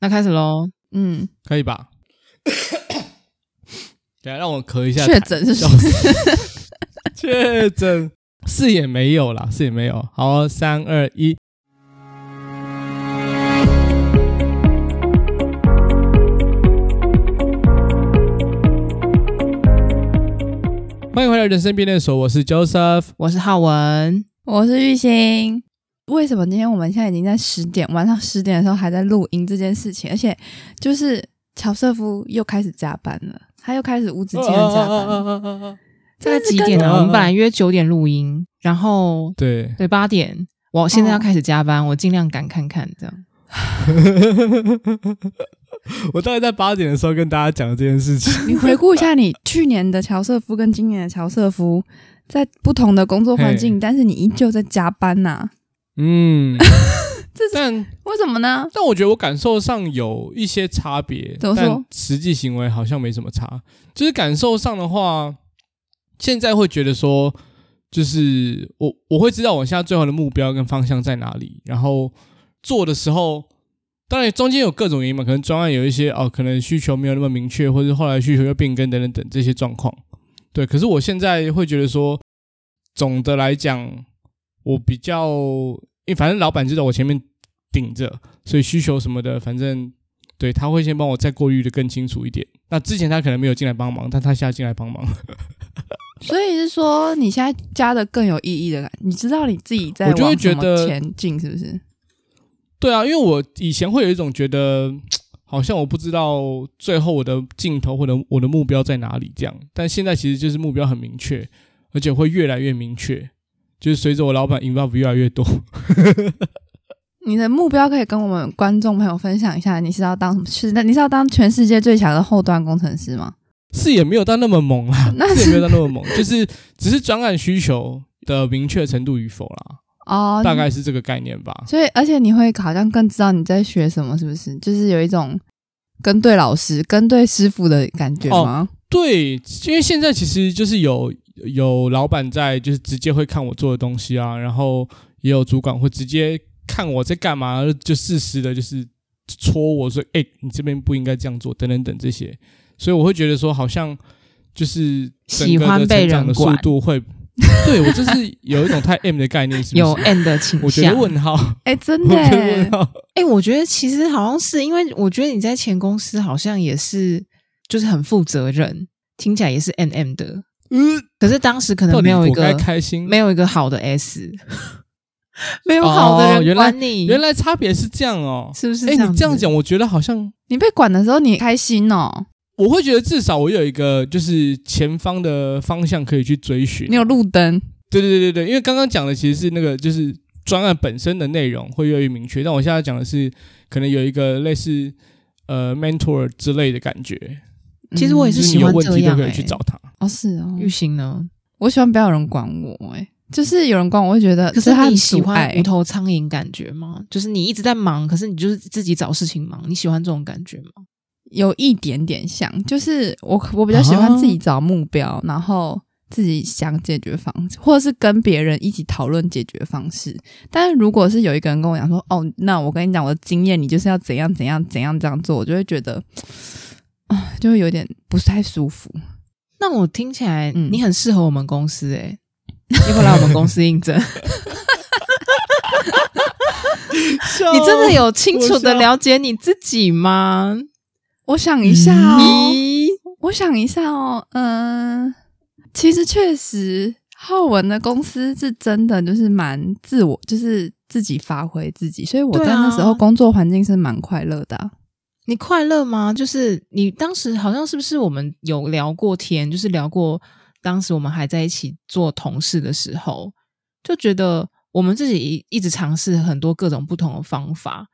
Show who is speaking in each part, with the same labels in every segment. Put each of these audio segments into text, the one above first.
Speaker 1: 那开始喽。嗯，
Speaker 2: 可以吧？ 等一下让我咳一下痰。
Speaker 1: 确诊是
Speaker 2: 笑
Speaker 1: 什
Speaker 2: 死确诊是也没有啦，是也没有。好，哦三二一。欢迎回来人生便利所，我是 Joseph。
Speaker 1: 我是浩文。
Speaker 3: 我是玉兴。为什么今天我们现在已经在十点，晚上十点的时候还在录音这件事情？而且就是乔瑟夫又开始加班了，他又开始无止境的
Speaker 2: 哦
Speaker 3: 加班。
Speaker 2: 班。
Speaker 1: 这个
Speaker 3: 但是
Speaker 1: 几
Speaker 3: 跟
Speaker 1: 点啊？
Speaker 2: 我
Speaker 1: 我们本来约九点录音，然后
Speaker 2: 对，
Speaker 1: 对八点，我现在
Speaker 2: 哦
Speaker 1: 要开始加班，我尽量赶看看这样。
Speaker 2: 我大概在八点的时候跟大家讲这件事情。
Speaker 3: 你回顾一下你去年的乔瑟夫跟今年的乔瑟夫，在不同的工作环境，
Speaker 2: 嘿
Speaker 3: 但是你依旧在加班呐、
Speaker 2: 嗯，
Speaker 3: 这是
Speaker 2: 但
Speaker 3: 为什么呢？
Speaker 2: 但我觉得我感受上有一些差别，
Speaker 3: 怎么说
Speaker 2: 但实际行为好像没什么差。就是感受上的话，现在会觉得说，就是我我会知道我现在最后的目标跟方向在哪里，然后做的时候，当然中间有各种原因嘛，可能专案有一些哦，可能需求没有那么明确，或者是后来需求又变更等等等这些状况。对，可是我现在会觉得说，总的来讲，我比较，因为反正老板知道我前面顶着，所以需求什么的，反正对他会先帮我再过滤的更清楚一点。那之前他可能没有进来帮忙，但他现在进来帮忙，
Speaker 3: 所以是说你现在加的更有意义的感你知道你自己在
Speaker 2: 我就会
Speaker 3: 往什
Speaker 2: 觉得
Speaker 3: 么前进，是不是？
Speaker 2: 对啊，因为我以前会有一种觉得，好像我不知道最后我的尽头或者我的目标在哪里这样，但现在其实就是目标很明确，而且会越来越明确，就是随着我老板 involve 越来越多。
Speaker 3: 你的目标可以跟我们观众朋友分享一下，你是要当什么？是那你是要当全世界最强的后端工程师吗？
Speaker 2: 是也没有到那么猛啦，
Speaker 3: 那
Speaker 2: 是也没有
Speaker 3: 是
Speaker 2: 到那么猛，就是只是专案需求的明确程度与否啦，
Speaker 3: 哦，
Speaker 2: 大概是这个概念吧。
Speaker 3: 所以，而且你会好像更知道你在学什么，是不是？就是有一种跟对老师、跟对师傅的感觉吗？
Speaker 2: 对，因为现在其实就是有有老板在，就是直接会看我做的东西啊，然后也有主管会直接看我在干嘛，就适时的就是戳我说，哎、你这边不应该这样做，等等等这些，所以我会觉得说，好像就是整
Speaker 1: 喜
Speaker 2: 个
Speaker 1: 欢
Speaker 2: 的
Speaker 1: 被
Speaker 2: 成长
Speaker 1: 人
Speaker 2: 的速
Speaker 1: 管
Speaker 2: 度会，对我就是有一种太 M 的概念，是不是？
Speaker 1: 有 end 的倾
Speaker 2: 我觉
Speaker 1: 向
Speaker 2: 得。问号，
Speaker 3: 哎、真
Speaker 2: 我
Speaker 3: 的
Speaker 2: 觉得问
Speaker 3: 耶，
Speaker 2: 号。
Speaker 1: 哎、我觉得其实好像是因为我觉得你在前公司好像也是，就是很负责任，听起来也是 N M 的。
Speaker 2: 嗯，
Speaker 1: 可是当时可
Speaker 2: 到
Speaker 1: 能
Speaker 2: 底
Speaker 1: 没有一
Speaker 2: 活该
Speaker 1: 个
Speaker 2: 开心，
Speaker 1: 没有一个好的 S，没有好的
Speaker 2: 哦
Speaker 1: 人
Speaker 2: 原来
Speaker 1: 管你，
Speaker 2: 原来差别是这样哦。
Speaker 1: 是不是？
Speaker 2: 哎、你这样
Speaker 1: 子，
Speaker 2: 讲，我觉得好像
Speaker 3: 你被管的时候你开心哦，
Speaker 2: 我会觉得至少我有一个就是前方的方向可以去追寻。
Speaker 3: 你有路灯，
Speaker 2: 对对对对对，因为刚刚讲的其实是那个就是专案本身的内容会越来越明确，但我现在讲的是可能有一个类似呃 mentor 之类的感觉，
Speaker 1: 其实我也
Speaker 2: 就是是
Speaker 1: 喜
Speaker 2: 你有
Speaker 1: 欢
Speaker 2: 问
Speaker 1: 这
Speaker 2: 题都
Speaker 1: 样、
Speaker 2: 可
Speaker 1: 欸。
Speaker 2: 以去找他。
Speaker 3: 嗯哦，是哦，
Speaker 1: 玉兴呢？
Speaker 3: 我喜欢不要有人管我、哎，就是有人管我会觉得，
Speaker 1: 可
Speaker 3: 所
Speaker 1: 是
Speaker 3: 以他
Speaker 1: 你
Speaker 3: 很
Speaker 1: 喜
Speaker 3: 阻
Speaker 1: 欢
Speaker 3: 碍
Speaker 1: 无。头苍蝇感觉吗？就是你一直在忙，可是你就是自己找事情忙，你喜欢这种感觉吗？
Speaker 3: 有一点点像，就是我我比较喜欢
Speaker 2: 啊
Speaker 3: 自己找目标，然后自己想解决方式，或者是跟别人一起讨论解决方式。但是如果是有一个人跟我讲说，哦，那我跟你讲我的经验，你就是要怎样怎样怎样这样做，我就会觉得，啊，就会有点不是太舒服。
Speaker 1: 那我听起来
Speaker 3: 嗯
Speaker 1: 你很适合我们公司哎、要不要来我们公司应 征？你真的有清楚的了解你自己吗？
Speaker 3: 我想一下 哦，
Speaker 1: 咦，
Speaker 3: 我想一下哦，嗯、其实确实。浩文的公司是真的就是蛮自我，就是自己发挥自己，所以我
Speaker 1: 对
Speaker 3: 在
Speaker 1: 啊
Speaker 3: 那时候工作环境是蛮快乐的啊、
Speaker 1: 你快乐吗？就是你当时好像是不是我们有聊过天，就是聊过当时我们还在一起做同事的时候，就觉得我们自己一一直尝试很多各种不同的方法，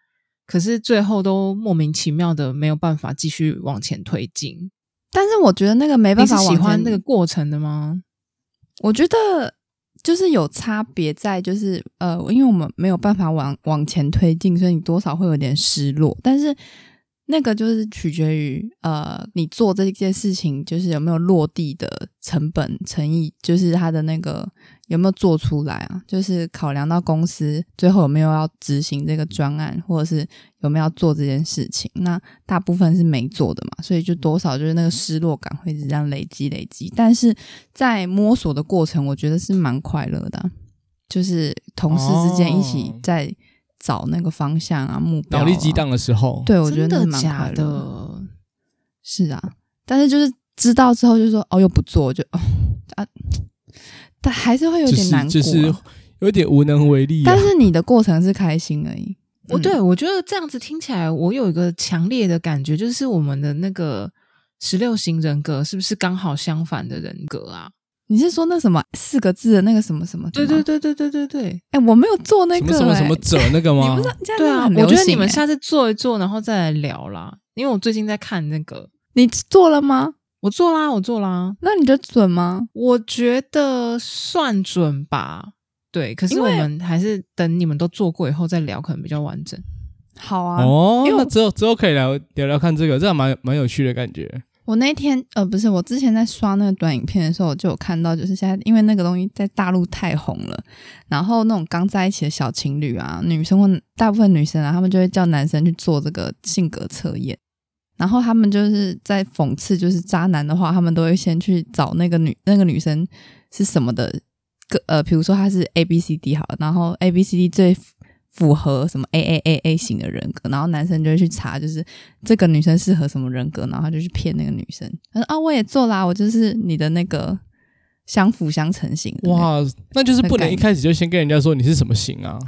Speaker 1: 可是最后都莫名其妙的没有办法继续往前推进。
Speaker 3: 但是我觉得那个没
Speaker 1: 你
Speaker 3: 办
Speaker 1: 是
Speaker 3: 法
Speaker 1: 喜
Speaker 3: 往
Speaker 1: 欢
Speaker 3: 前
Speaker 1: 那个，过程的吗？
Speaker 3: 我觉得就是有差别在，就是呃，因为我们没有办法往往前推进，所以你多少会有点失落。但是那个就是取决于呃，你做这件事情就是有没有落地的成本、诚意，就是它的那个有没有做出来啊？就是考量到公司最后有没有要执行这个专案，或者是有没有要做这件事情。那大部分是没做的嘛，所以就多少就是那个失落感会一直这样累积累积。但是在摸索的过程，我觉得是蛮快乐的啊、就是同事之间一起
Speaker 2: 哦
Speaker 3: 在找那个方向啊、目标、啊。
Speaker 2: 脑力激，荡的时候，
Speaker 3: 对我觉得那
Speaker 1: 真的
Speaker 3: 是
Speaker 1: 哦
Speaker 3: 蛮
Speaker 1: 假
Speaker 3: 快乐
Speaker 1: 的？
Speaker 3: 是啊，但是就是知道之后就说哦，又不做，就 哦啊，但还是会有
Speaker 2: 就
Speaker 3: 点难
Speaker 2: 是
Speaker 3: 过啊、
Speaker 2: 就是有点无能为力、啊。
Speaker 3: 但是你的过程是开心而已。
Speaker 1: 我
Speaker 3: 嗯
Speaker 1: 哦对我觉得这样子听起来，我有一个强烈的感觉，就是我们的那个十六型人格是不是刚好相反的人格啊？
Speaker 3: 你是说那什么四个字的那个什么什么？
Speaker 1: 对对，对对对对对，
Speaker 3: 哎、我没有做那
Speaker 2: 什
Speaker 3: 个、
Speaker 2: 么
Speaker 3: 欸、
Speaker 2: 什么什么者那个
Speaker 3: 你
Speaker 2: 吗
Speaker 3: 不知？道？现在
Speaker 1: 对啊！
Speaker 3: 很
Speaker 1: 我
Speaker 3: 流行欸、
Speaker 1: 觉得你们下次做一做，然后再来聊啦。因为我最近在看那个，
Speaker 3: 你做了吗？
Speaker 1: 我做啦，我做啦，
Speaker 3: 那你就准吗？
Speaker 1: 我觉得算准吧。对，可是
Speaker 3: 因
Speaker 1: 我
Speaker 3: 为
Speaker 1: 们还是等你们都做过以后再聊，可能比较完整。
Speaker 3: 好啊，
Speaker 2: 哦，
Speaker 3: 因为我
Speaker 2: 那之后之后可以聊聊聊看这个，这还蛮蛮有趣的感觉。
Speaker 3: 我那天呃，不是我之前在刷那个短影片的时候，我就有看到，就是现在因为那个东西在大陆太红了，然后那种刚在一起的小情侣啊，女生或大部分女生啊，她们就会叫男生去做这个性格测验，然后他们就是在讽刺，就是渣男的话，他们都会先去找那个女那个女生是什么的个呃，比如说她是 A B C D 好了，然后 A B C D 最符合什么 A A A A 型的人格，然后男生就会去查，就是这个女生适合什么人格，然后他就去骗那个女生。他说啊，我也做啦，我就是你的那个相辅相成型的那个。
Speaker 2: 哇，那就是不能
Speaker 3: 那感
Speaker 2: 一开始就先跟人家说你是什么型啊？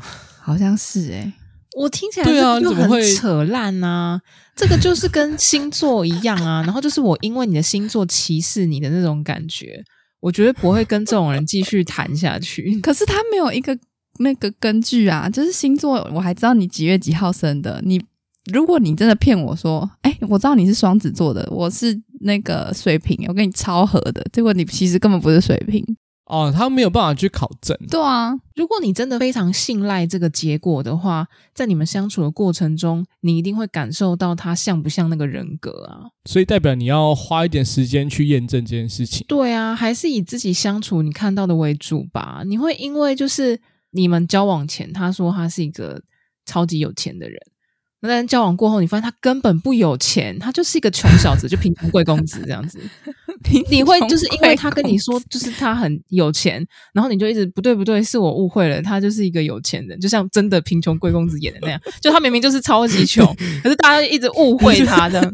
Speaker 3: 好像是哎、
Speaker 1: 我听起来
Speaker 2: 对啊
Speaker 1: 这个就
Speaker 2: 你怎么会
Speaker 1: 很扯烂呐、这个就是跟星座一样啊，然后就是我因为你的星座歧视你的那种感觉，我绝对不会跟这种人继续谈下去。
Speaker 3: 可是他没有一个那个根据啊，就是星座，我还知道你几月几号生的。你如果你真的骗我说，哎、我知道你是双子座的，我是那个水瓶，我跟你超合的，结果你其实根本不是水瓶。
Speaker 2: 哦，他没有办法去考证。
Speaker 3: 对 啊，
Speaker 1: 如果你真的非常信赖这个结果的话，在你们相处的过程中，你一定会感受到他像不像那个人格啊。
Speaker 2: 所以代表你要花一点时间去验证这件事情。
Speaker 1: 对啊，还是以自己相处你看到的为主吧。你会因为就是你们交往前，他说他是一个超级有钱的人，那但是交往过后，你发现他根本不有钱，他就是一个穷小子，就贫穷贵公子这样子。你会就是因为他跟你 说，就是他很有钱，然后你就一直不对不对，是我误会了，他就是一个有钱人，就像真的贫穷贵公子演的那样，就他明明就是超级穷，可是大家一直误会他这样。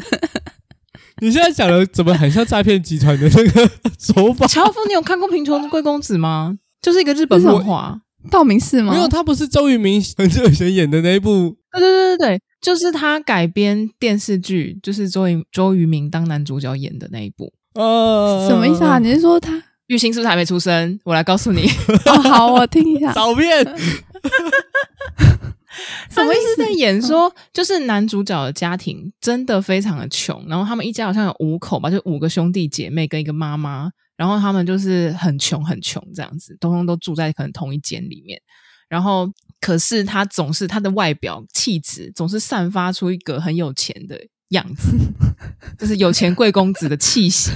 Speaker 2: 你现在讲的怎么很像诈骗集团的那个手法？
Speaker 1: 乔夫，你有看过《贫穷贵公子》吗？就是一个日本漫画。
Speaker 3: 道明寺吗？
Speaker 2: 没有，他不是周渝民很久以前演的那一部
Speaker 1: 对对对对对，就是他改编电视剧，就是周渝周渝民当男主角演的那一部。
Speaker 2: 呃，
Speaker 3: 什么意思啊？？你是说他？
Speaker 1: 玉兴是不是还没出生？我来告诉你，
Speaker 3: 哦，好，我听 一下。
Speaker 2: 少骗！
Speaker 1: 什么意思？在演
Speaker 3: 嗯
Speaker 1: 说，就是男主角的家庭真的非常的穷，然后他们一家好像有五口吧，就五个兄弟姐妹跟一个妈妈，然后他们就是很穷很穷这样子，通通都住在可能同一间里面，然后可是他总是他的外表气质总是散发出一个很有钱的样子， 就是有钱贵公子的气息，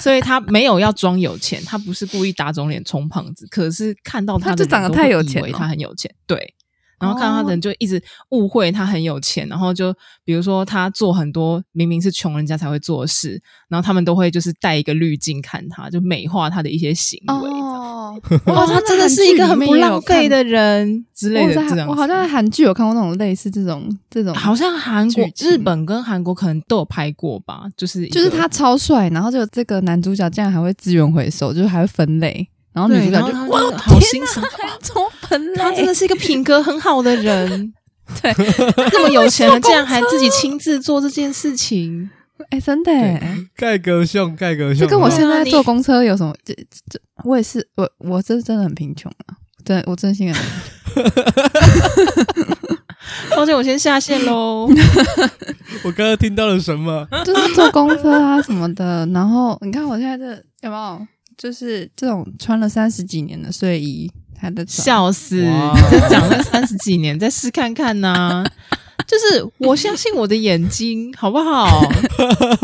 Speaker 1: 所以他没有要装有钱，他不是故意打肿脸充胖子，可是看到
Speaker 3: 他
Speaker 1: 的
Speaker 3: 就长得
Speaker 1: 人都
Speaker 3: 太
Speaker 1: 会
Speaker 3: 有
Speaker 1: 以
Speaker 3: 钱
Speaker 1: 为
Speaker 3: 了
Speaker 1: 他很有钱，对。然后看到他的人就一直误会他很有钱，然后就比如说他做很多明明是穷人家才会做的事，然后他们都会就是戴一个滤镜看他，就美化他的一些行 为。
Speaker 3: 哦，
Speaker 1: 哇，他真的是一个很不浪费的人之类
Speaker 3: 我
Speaker 1: 的，
Speaker 3: 在
Speaker 1: 这样
Speaker 3: 韩
Speaker 1: 子
Speaker 3: 我好像在韩剧有看过那种类似这种这种，
Speaker 1: 好像韩国
Speaker 3: 剧、情
Speaker 1: 日本跟韩国可能都有拍过吧，就是一个
Speaker 3: 就是他超帅，然后就这个男主角竟然还会资源回收，就是还会分类，然后女
Speaker 1: 对，
Speaker 3: 主角
Speaker 1: 然后
Speaker 3: 就
Speaker 1: 他
Speaker 3: 哇，
Speaker 1: 就好欣赏，
Speaker 3: 从分 类，
Speaker 1: 他真的是一个品格很好的 人。
Speaker 3: 对，
Speaker 1: 这么有钱了，竟然还自己亲自做这件事情，
Speaker 3: 哎、真的、欸，
Speaker 2: 盖格像盖格像，哦
Speaker 3: 这跟我
Speaker 1: 是
Speaker 3: 现在坐公车有什么？这这这，我也是，我我这真的很贫穷啊，真我真心很，
Speaker 1: 抱歉，我先下线 喽。
Speaker 2: 我刚刚听到了什么？
Speaker 3: 就是坐公车啊什么的，然后你看我现在这有没有，就是这种穿了三十几年的睡衣，还在穿
Speaker 1: 笑死！
Speaker 2: 哇
Speaker 1: 你再讲了三十几年，再试看看呐、 就是我相信我的眼睛，好不好？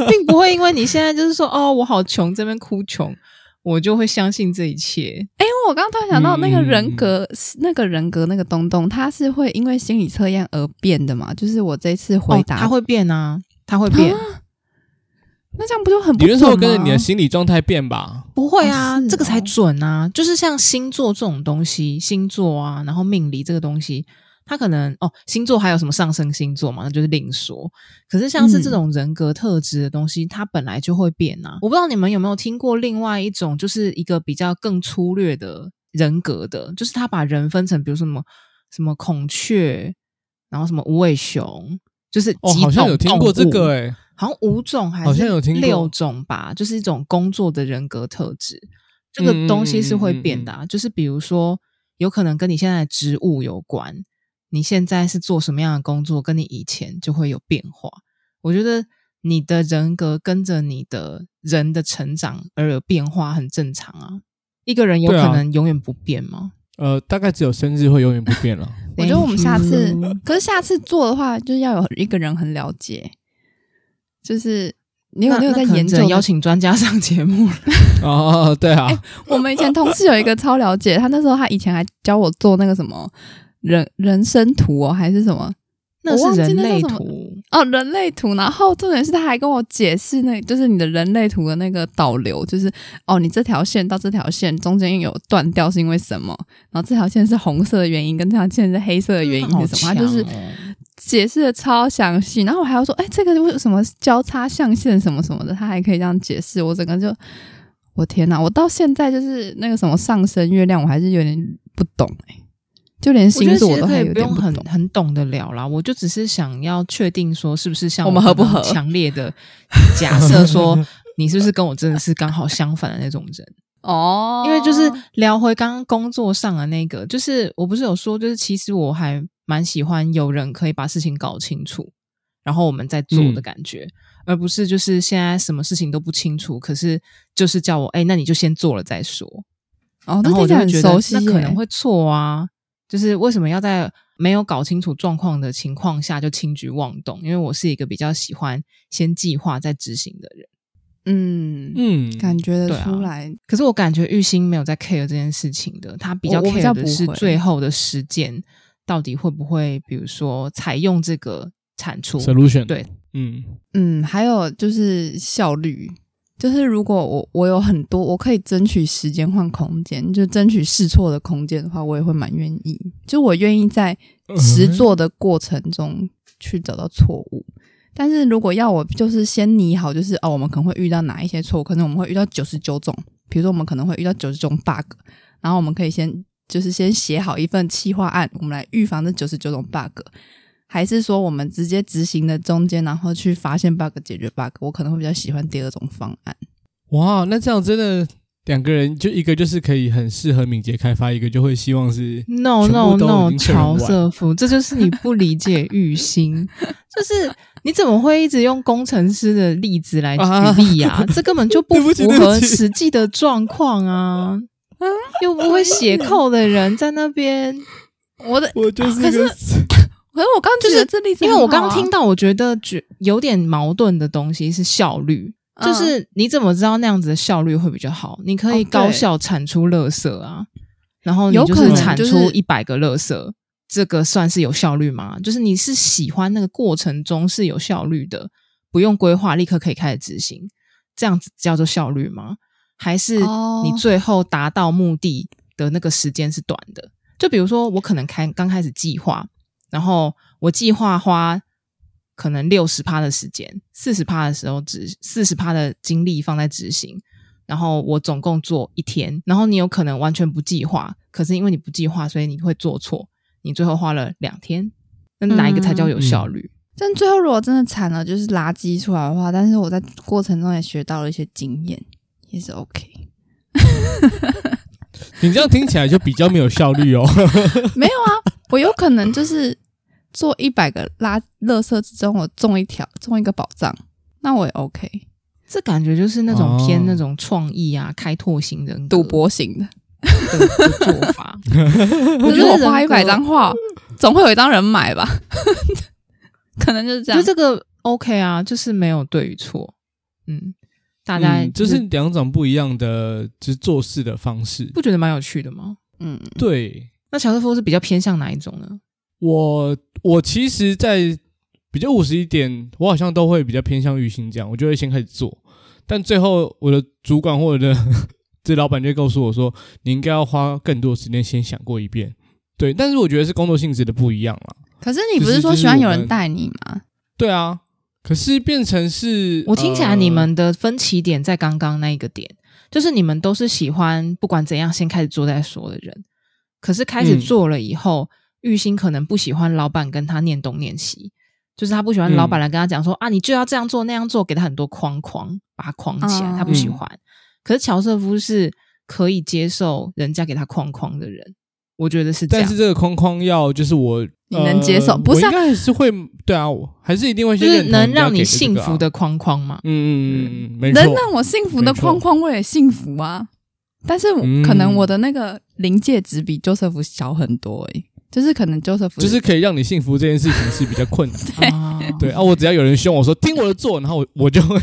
Speaker 1: 并不会因为你现在就是说哦，我好穷，这边哭穷，我就会相信这一切。
Speaker 3: 因为我刚刚突然想到，那个人
Speaker 2: 嗯
Speaker 3: 格、那个人格那个东东，他是会因为心理测验而变的嘛？就是我这次回答，
Speaker 1: 哦，它会变啊，它会变，
Speaker 3: 那这样不就很不
Speaker 2: 理论上会
Speaker 3: 准
Speaker 2: 跟着你的
Speaker 3: 吗
Speaker 2: 心理状态变吧。
Speaker 1: 不会
Speaker 3: 哦
Speaker 1: 啊，
Speaker 3: 是
Speaker 1: 这个才
Speaker 3: 哦
Speaker 1: 准啊。就是像星座这种东西，星座啊，然后命理这个东西，它可能哦，星座还有什么上升星座嘛，那就是另说。可是像是这
Speaker 3: 嗯
Speaker 1: 种人格特质的东西，它本来就会变啊。我不知道你们有没有听过另外一种，就是一个比较更粗略的人格的，就是他把人分成，比如说什么什么孔雀，然后什么无尾熊。就是
Speaker 2: 哦，
Speaker 1: 几
Speaker 2: 好像
Speaker 1: 种
Speaker 2: 有听
Speaker 1: 动
Speaker 2: 过这
Speaker 1: 物
Speaker 2: 个哎诶、
Speaker 1: 好像五种还
Speaker 2: 好像
Speaker 1: 是
Speaker 2: 有听过
Speaker 1: 六种吧，就是一种工作的人格特质。这个
Speaker 2: 嗯
Speaker 1: 东西是会
Speaker 2: 嗯嗯
Speaker 1: 变的、啊，就是比如说，有可能跟你现在的职务有关，你现在是做什么样的工作，跟你以前就会有变化。我觉得你的人格跟着你的人的成长而有变化，很正常啊。一个人有
Speaker 2: 对啊
Speaker 1: 可能永远不变吗？
Speaker 2: 呃，大概只有生日会永远不变了。
Speaker 3: 我觉得我们下次
Speaker 1: Thank you，
Speaker 3: 可是下次做的话，就是要有一个人很了解，就是你有
Speaker 1: 那
Speaker 3: 你有
Speaker 1: 那
Speaker 3: 在
Speaker 1: 可能
Speaker 3: 研
Speaker 1: 只
Speaker 3: 究
Speaker 1: 能
Speaker 3: 的
Speaker 1: 邀请专家上节目了。
Speaker 2: 哦，对啊，
Speaker 3: 我们以前同事有一个超了解，他那时候他以前还教我做那个什么人人生图哦，还是什么
Speaker 1: 那
Speaker 3: 我忘
Speaker 1: 是
Speaker 3: 记
Speaker 1: 人
Speaker 3: 那叫
Speaker 1: 类
Speaker 3: 什么
Speaker 1: 图，
Speaker 3: 哦人类图。然后重点是他还跟我解释那，就是你的人类图的那个导流，就是哦你这条线到这条线中间有断掉是因为什么，然后这条线是红色的原因，跟这条线是黑色的原因
Speaker 1: 好
Speaker 3: 是什么，他就是
Speaker 1: 强哦
Speaker 3: 解释的超详细，然后我还要说，哎、这个为什么交叉象限什么什么的，他还可以这样解释，我整个就，我天哪，我到现在就是那个什么上升月亮，我还是有点不懂哎、就连
Speaker 1: 我觉
Speaker 3: 星
Speaker 1: 得
Speaker 3: 座
Speaker 1: 其
Speaker 3: 我
Speaker 1: 实
Speaker 3: 都
Speaker 1: 可
Speaker 3: 还
Speaker 1: 以
Speaker 3: 有
Speaker 1: 不
Speaker 3: 点
Speaker 1: 用
Speaker 3: 不
Speaker 1: 很
Speaker 3: 懂。
Speaker 1: 很懂得了啦，我就只是想要确定说是不是像
Speaker 3: 我们合不
Speaker 1: 刚刚
Speaker 3: 合
Speaker 1: 强烈的假设 说你是不是跟我真的是刚好相反的那种人，
Speaker 3: 哦
Speaker 1: 因为就是聊回刚刚工作上的那个，就是我不是有说，就是其实我还蛮喜欢有人可以把事情搞清楚，然后我们再做的
Speaker 2: 嗯
Speaker 1: 感觉，而不是就是现在什么事情都不清楚，可是就是叫我哎、那你就先做了再说，然
Speaker 3: 哦，那
Speaker 1: 后我就
Speaker 3: 听起
Speaker 1: 会
Speaker 3: 来很
Speaker 1: 觉
Speaker 3: 熟
Speaker 1: 得
Speaker 3: 悉、
Speaker 1: 那
Speaker 3: 耶
Speaker 1: 可能会错啊，就是为什么要在没有搞清楚状况的情况下就轻举妄动？因为我是一个比较喜欢先计划再执行的人，
Speaker 3: 嗯，
Speaker 2: 嗯，
Speaker 3: 感觉
Speaker 1: 对
Speaker 3: 得
Speaker 1: 啊
Speaker 3: 出来，
Speaker 1: 可是我感觉玉兴没有在 care 这件事情的，他比较
Speaker 3: 我我比较
Speaker 1: care 的是
Speaker 3: 不会
Speaker 1: 最后的实践到底会不会，比如说采用这个产出。
Speaker 2: solution
Speaker 1: 对，
Speaker 2: 嗯，
Speaker 3: 嗯，还有就是效率，就是如果我我有很多，我可以争取时间换空间，就争取试错的空间的话，我也会蛮愿意。就我愿意在
Speaker 1: 嗯
Speaker 3: 实做的过程中去找到错误。但是如果要我就是先拟好，就是哦，我们可能会遇到哪一些错误，可能我们会遇到九十九种，比如说我们可能会遇到九十种 bug，然后我们可以先就是先写好一份企划案，我们来预防这九十九种 bug，还是说我们直接执行的中间，然后去发现 bug 解决 bug？我可能会比较喜欢第二种方案。
Speaker 2: 哇，那这样真的两个人就一个就是可以很适合敏捷开发，一个就会希望是
Speaker 1: No
Speaker 2: 全
Speaker 1: no
Speaker 2: 部都
Speaker 1: no，
Speaker 2: 已经确认
Speaker 1: 乔
Speaker 2: 完
Speaker 1: 瑟夫，这就是你不理解玉 兴，就是你怎么会一直用工程师的例子来
Speaker 2: 啊
Speaker 1: 举例呀、这根本就不
Speaker 2: 对不起
Speaker 1: 符
Speaker 2: 对不
Speaker 1: 合
Speaker 2: 起
Speaker 1: 实际的状况啊！又不会 写扣的人在那边，
Speaker 3: 我的，
Speaker 2: 我
Speaker 1: 啊
Speaker 2: 就是
Speaker 3: 可是
Speaker 2: 个
Speaker 3: 可是我刚
Speaker 1: 就是
Speaker 3: 觉得这例子
Speaker 1: 因为
Speaker 3: 很好啊、
Speaker 1: 我刚刚听到，我觉得觉有点矛盾的东西是效率，
Speaker 3: 嗯
Speaker 1: 就是你怎么知道那样子的效率会比较好？你可以
Speaker 3: 哦对
Speaker 1: 高效产出垃圾啊，然后你
Speaker 3: 有
Speaker 1: 就
Speaker 3: 可
Speaker 1: 是
Speaker 3: 能
Speaker 1: 产
Speaker 3: 就是
Speaker 1: 出一百个垃圾，这个算是有效率吗？就是你是喜欢那个过程中是有效率的，不用规划，立刻可以开始执行，这样子叫做效率吗？还是
Speaker 3: 哦
Speaker 1: 你最后达到目的的那个时间是短的？就比如说，我可能开刚开始计划，然后我计划花可能六十趴的时间，四十趴的时候执四十趴的精力放在执行，然后我总共做一天，然后你有可能完全不计划，可是因为你不计划，所以你会做错，你最后花了两天，那哪一个才叫
Speaker 3: 嗯
Speaker 1: 有效率？
Speaker 3: 但最后如果真的惨了，就是垃圾出来的话，但是我在过程中也学到了一些经验，也是 OK。
Speaker 2: 你这样听起来就比较没有效率哦。
Speaker 3: 没有啊，我有可能就是做一百个垃垃圾之中，我中一条，中一个宝藏，那我也 OK。
Speaker 1: 这感觉就是那种偏
Speaker 2: 哦
Speaker 1: 那种创意啊、开拓型人格
Speaker 3: 赌博型的，
Speaker 1: 的的做 法。
Speaker 3: 可是
Speaker 1: 觉得
Speaker 3: 我
Speaker 1: 人
Speaker 3: 画一
Speaker 1: 格
Speaker 3: 百张画，总会有一张人买吧？ 可能就是这
Speaker 1: 我觉得
Speaker 3: 样。
Speaker 1: 这个 OK 啊，就是没有对与错。嗯，大家
Speaker 2: 嗯这是两种不一样的，就是做事的 方式
Speaker 1: 不。觉得蛮有趣的吗？
Speaker 3: 嗯，
Speaker 2: 对
Speaker 1: 那乔瑟夫是比较偏向哪一种呢？
Speaker 2: 我，我其实，在比较务实一点，我好像都会比较偏向于心这样，我就会先开始做，但最后我的主管或者我 的这老板就会告诉我说，你应该要花更多时间先想过一遍。对，但是我觉得是工作性质的不一样啦。
Speaker 3: 可是你不是说喜欢有人带你吗？
Speaker 2: 对啊，可是变成是，
Speaker 1: 我听起来
Speaker 2: 呃
Speaker 1: 你们的分歧点在刚刚那一个点，就是你们都是喜欢不管怎样先开始做再说的人，可是开始
Speaker 2: 嗯
Speaker 1: 做了以后，玉兴可能不喜欢老板跟他念东念西，就是他不喜欢
Speaker 2: 嗯
Speaker 1: 老板来跟他讲说、啊，你就要这样做那样做，给他很多框框，把他框起来，
Speaker 3: 嗯
Speaker 1: 他不喜欢。可是乔瑟夫是可以接受人家给他框框的人，我觉得是这
Speaker 2: 呃但
Speaker 1: 样
Speaker 2: 是。这个框框要就是我
Speaker 3: 你能接受
Speaker 2: 呃
Speaker 3: 不是啊
Speaker 2: 我应该还是会对啊，我还是一定会
Speaker 1: 就
Speaker 2: 先
Speaker 1: 是
Speaker 2: 认同
Speaker 1: 能
Speaker 2: 人家
Speaker 1: 让
Speaker 2: 给
Speaker 1: 你
Speaker 2: 这个
Speaker 1: 幸福
Speaker 2: 啊，
Speaker 1: 的框框 嘛？
Speaker 2: 嗯嗯嗯嗯，没错，
Speaker 3: 能让我幸福的框框，我也幸福啊。但是我
Speaker 2: 嗯
Speaker 3: 可能我的那个临界值比 Joseph 小很多诶、就是可能 Joseph
Speaker 2: 就是可以让你幸福这件事情是比较困难的。
Speaker 1: 啊
Speaker 2: 对啊，我只要有人凶我说听我的做，然后我 我就会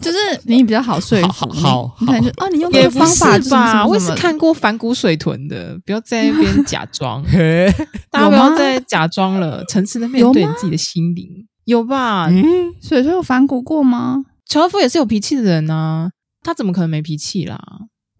Speaker 3: 就是你比较好说服，
Speaker 2: 好好，
Speaker 3: 你你可能就哦，你用这
Speaker 1: 也
Speaker 3: 个
Speaker 1: 不
Speaker 3: 方
Speaker 1: 是
Speaker 3: 法就是什么
Speaker 1: 吧？
Speaker 3: 什
Speaker 1: 我
Speaker 3: 么
Speaker 1: 也是看过反骨水豚的，不要在那边假 装
Speaker 2: 嘿
Speaker 1: 大家
Speaker 3: 有
Speaker 1: 不
Speaker 3: 吗
Speaker 1: 要再假装了，诚实的面
Speaker 3: 有
Speaker 1: 对你
Speaker 3: 吗
Speaker 1: 自己的心灵，有吧？
Speaker 2: 嗯，
Speaker 3: 所以说有反骨过吗？
Speaker 1: 乔夫也是有脾气的人啊，他怎么可能没脾气啦？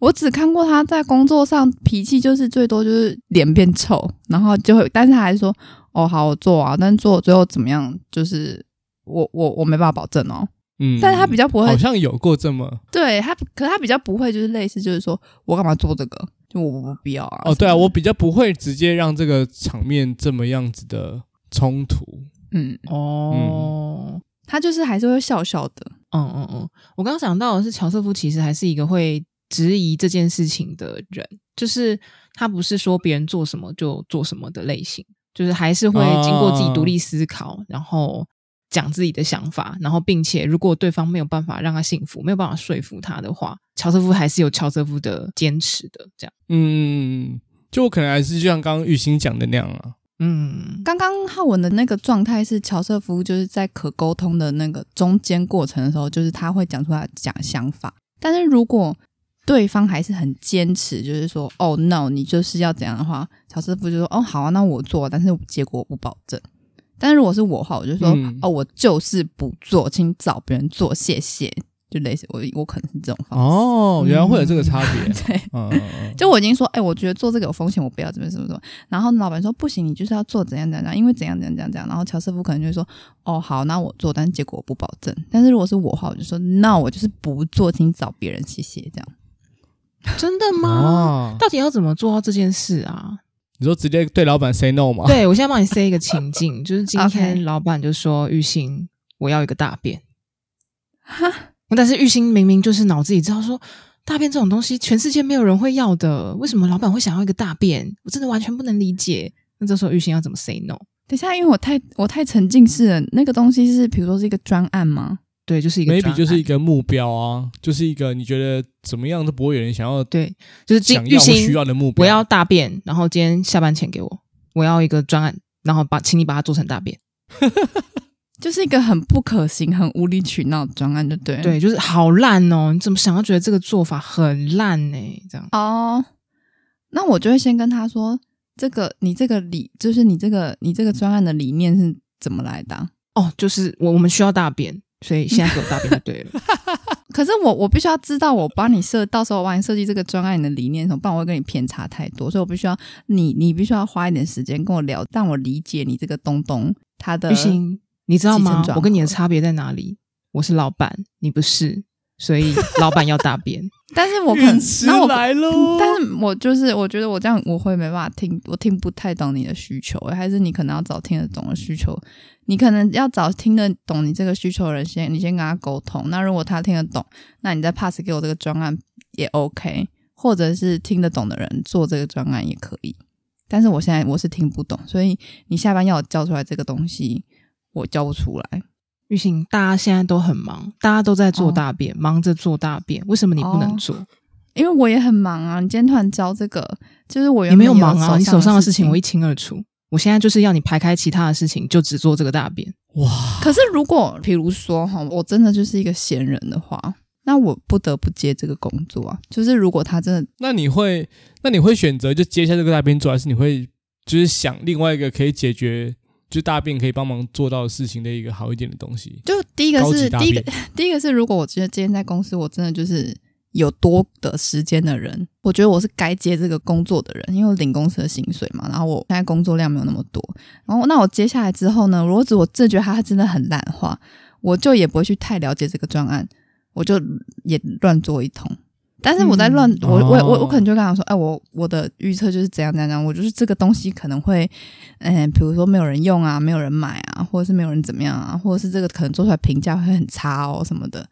Speaker 3: 我只看过他在工作上脾气就是最多就是脸变臭，然后就会，但是他还说哦好我做啊，但做最后怎么样，就是我我我没办法保证哦。
Speaker 2: 嗯
Speaker 3: 但是他比较不会
Speaker 2: 好，像有过这么
Speaker 3: 对他，可是他比较不会就是类似就是说我干嘛做这个，就我我不必要啊。
Speaker 2: 哦，对啊，
Speaker 3: 什么的
Speaker 2: 我比较不会直接让这个场面这么样子的冲突。
Speaker 3: 嗯，
Speaker 1: 哦，
Speaker 3: 他就是还是会笑笑的，
Speaker 1: 嗯嗯嗯，我刚刚想到的是，乔瑟夫其实还是一个会质疑这件事情的人，就是他不是说别人做什么就做什么的类型，就是还是会经过自己独立思考，然后讲自己的想法，然后并且如果对方没有办法让他幸福，没有办法说服他的话，乔瑟夫还是有乔瑟夫的坚持的，这样，
Speaker 2: 嗯，就我可能还是就像刚刚玉兴讲的那样啊，
Speaker 1: 嗯，
Speaker 3: 刚刚浩文的那个状态是乔瑟夫，就是在可沟通的那个中间过程的时候，就是他会讲出他的讲想法。但是如果对方还是很坚持，就是说哦 no，你就是要怎样的话，乔瑟夫就说哦好啊，那我做，但是结果我不保证。但是如果是我的话，我就说、
Speaker 2: 嗯
Speaker 3: 哦我就是不做，请找别人做，谢谢。就类似我我可能是这种方式。
Speaker 2: 哦，原来会有这个差别。
Speaker 3: 对，
Speaker 2: 嗯，嗯嗯
Speaker 3: 就我已经说，哎、我觉得做这个有风险，我不要怎么怎么怎么。然后老板说不行，你就是要做怎样怎样怎样，因为怎样怎样怎样怎样。然后乔师傅可能就会说，哦，好，那我做，但是结果我不保证。但是如果是我的话，我就说，那我就是不做，请找别人，谢谢。这样
Speaker 1: 真的吗？
Speaker 2: 哦，
Speaker 1: 到底要怎么做到这件事啊？
Speaker 2: 你说直接对老板 say no 吗？
Speaker 1: 对，我现在帮你塞一个情境，就是今
Speaker 3: OK
Speaker 1: 天老板就说玉兴，我要一个大便。哈，但是玉兴明明就是脑子里知道说，大便这种东西全世界没有人会要的，为什么老板会想要一个大便？我真的完全不能理解。那这时候玉兴要怎么 say no？
Speaker 3: 等一下，因为我太我太沉浸式了，那个东西是比如说是一个专案吗？
Speaker 1: 对，就是一个专
Speaker 2: ，maybe
Speaker 1: 案
Speaker 2: 就是一个目标啊，就是一个你觉得怎么样都不会有人想要
Speaker 1: 对，就是今
Speaker 2: 想
Speaker 1: 玉
Speaker 2: 要或需
Speaker 1: 兴
Speaker 2: 要的目标。
Speaker 1: 我要大便，然后今天下班前给我，我要一个专案，然后把请你把它做成大便。
Speaker 3: 就是一个很不可行、很无理取闹的专案，就对了。
Speaker 1: 对，就是好烂哦！你怎么想要觉得这个做法很烂呢、这样
Speaker 3: 哦，那我就会先跟他说，这个你这个理，就是你这个你这个专案的理念是怎么来的啊、
Speaker 1: 哦，就是我我们需要大便，所以现在给我大便就对了。
Speaker 3: 可是我我必须要知道，我帮你设，到时候我帮你设计这个专案你的理念什么，不然我会跟你偏差太多，所以我必须要你你必须要花一点时间跟我聊，让我理解你这个东东它的
Speaker 1: 玉。兴，你知道
Speaker 3: 继承
Speaker 1: 吗
Speaker 3: 呃状？
Speaker 1: 我跟你的
Speaker 3: 况
Speaker 1: 差别在哪里？我是老板，你不是，所以老板要大便。
Speaker 3: 但是我可能
Speaker 2: 陨，石
Speaker 3: 那我
Speaker 2: 来喽
Speaker 3: 但是我就是我觉得我这样我会没办法听，我听不太懂你的需求，欸还是你可能要找听得懂的需求，你可能要找听得懂你这个需求的人先，你先跟他沟通。那如果他听得懂，那你再 pass 给我这个专案也 OK，或者是听得懂的人做这个专案也可以。但是我现在我是听不懂，所以你下班要我教出来这个东西，我教不出来。
Speaker 1: 玉兴，大家现在都很忙，大家都在做
Speaker 3: 哦
Speaker 1: 大便，忙着做大便，为什么你不能
Speaker 3: 哦
Speaker 1: 做？
Speaker 3: 因为我也很忙啊，你今天突然教这个，就是我
Speaker 1: 你
Speaker 3: 原
Speaker 1: 没
Speaker 3: 本
Speaker 1: 有忙啊，你手上的
Speaker 3: 事
Speaker 1: 事情我一清二楚。我现在就是要你排开其他的事情，就只做这个大便。
Speaker 2: 哇，
Speaker 3: 可是如果比如说哈，我真的就是一个闲人的话，那我不得不接这个工作啊。就是如果他真的
Speaker 2: 那你会，那你会选择就接下这个大便做，还是你会就是想另外一个可以解决，就是大便可以帮忙做到的事情的一个好一点的东西？
Speaker 3: 就第一个
Speaker 2: 高级
Speaker 3: 是
Speaker 2: 大
Speaker 3: 第一个
Speaker 2: 便，
Speaker 3: 第一个是，如果我觉得今天在公司，我真的就是有多的时间的人，我觉得我是该接这个工作的人，因为我领公司的薪水嘛，然后我现在工作量没有那么多，然后那我接下来之后呢，如果只我真的觉得他真的很烂的话，我就也不会去太了解这个专案，我就也乱做一通。但是我在乱，
Speaker 2: 嗯
Speaker 3: 我我
Speaker 2: 哦
Speaker 3: 我我可能就跟他说，哎，我我的预测就是怎样怎样怎样，我就是这个东西可能会嗯，比如说没有人用啊，没有人买啊，或者是没有人怎么样啊，或者是这个可能做出来评价会很差哦什么的。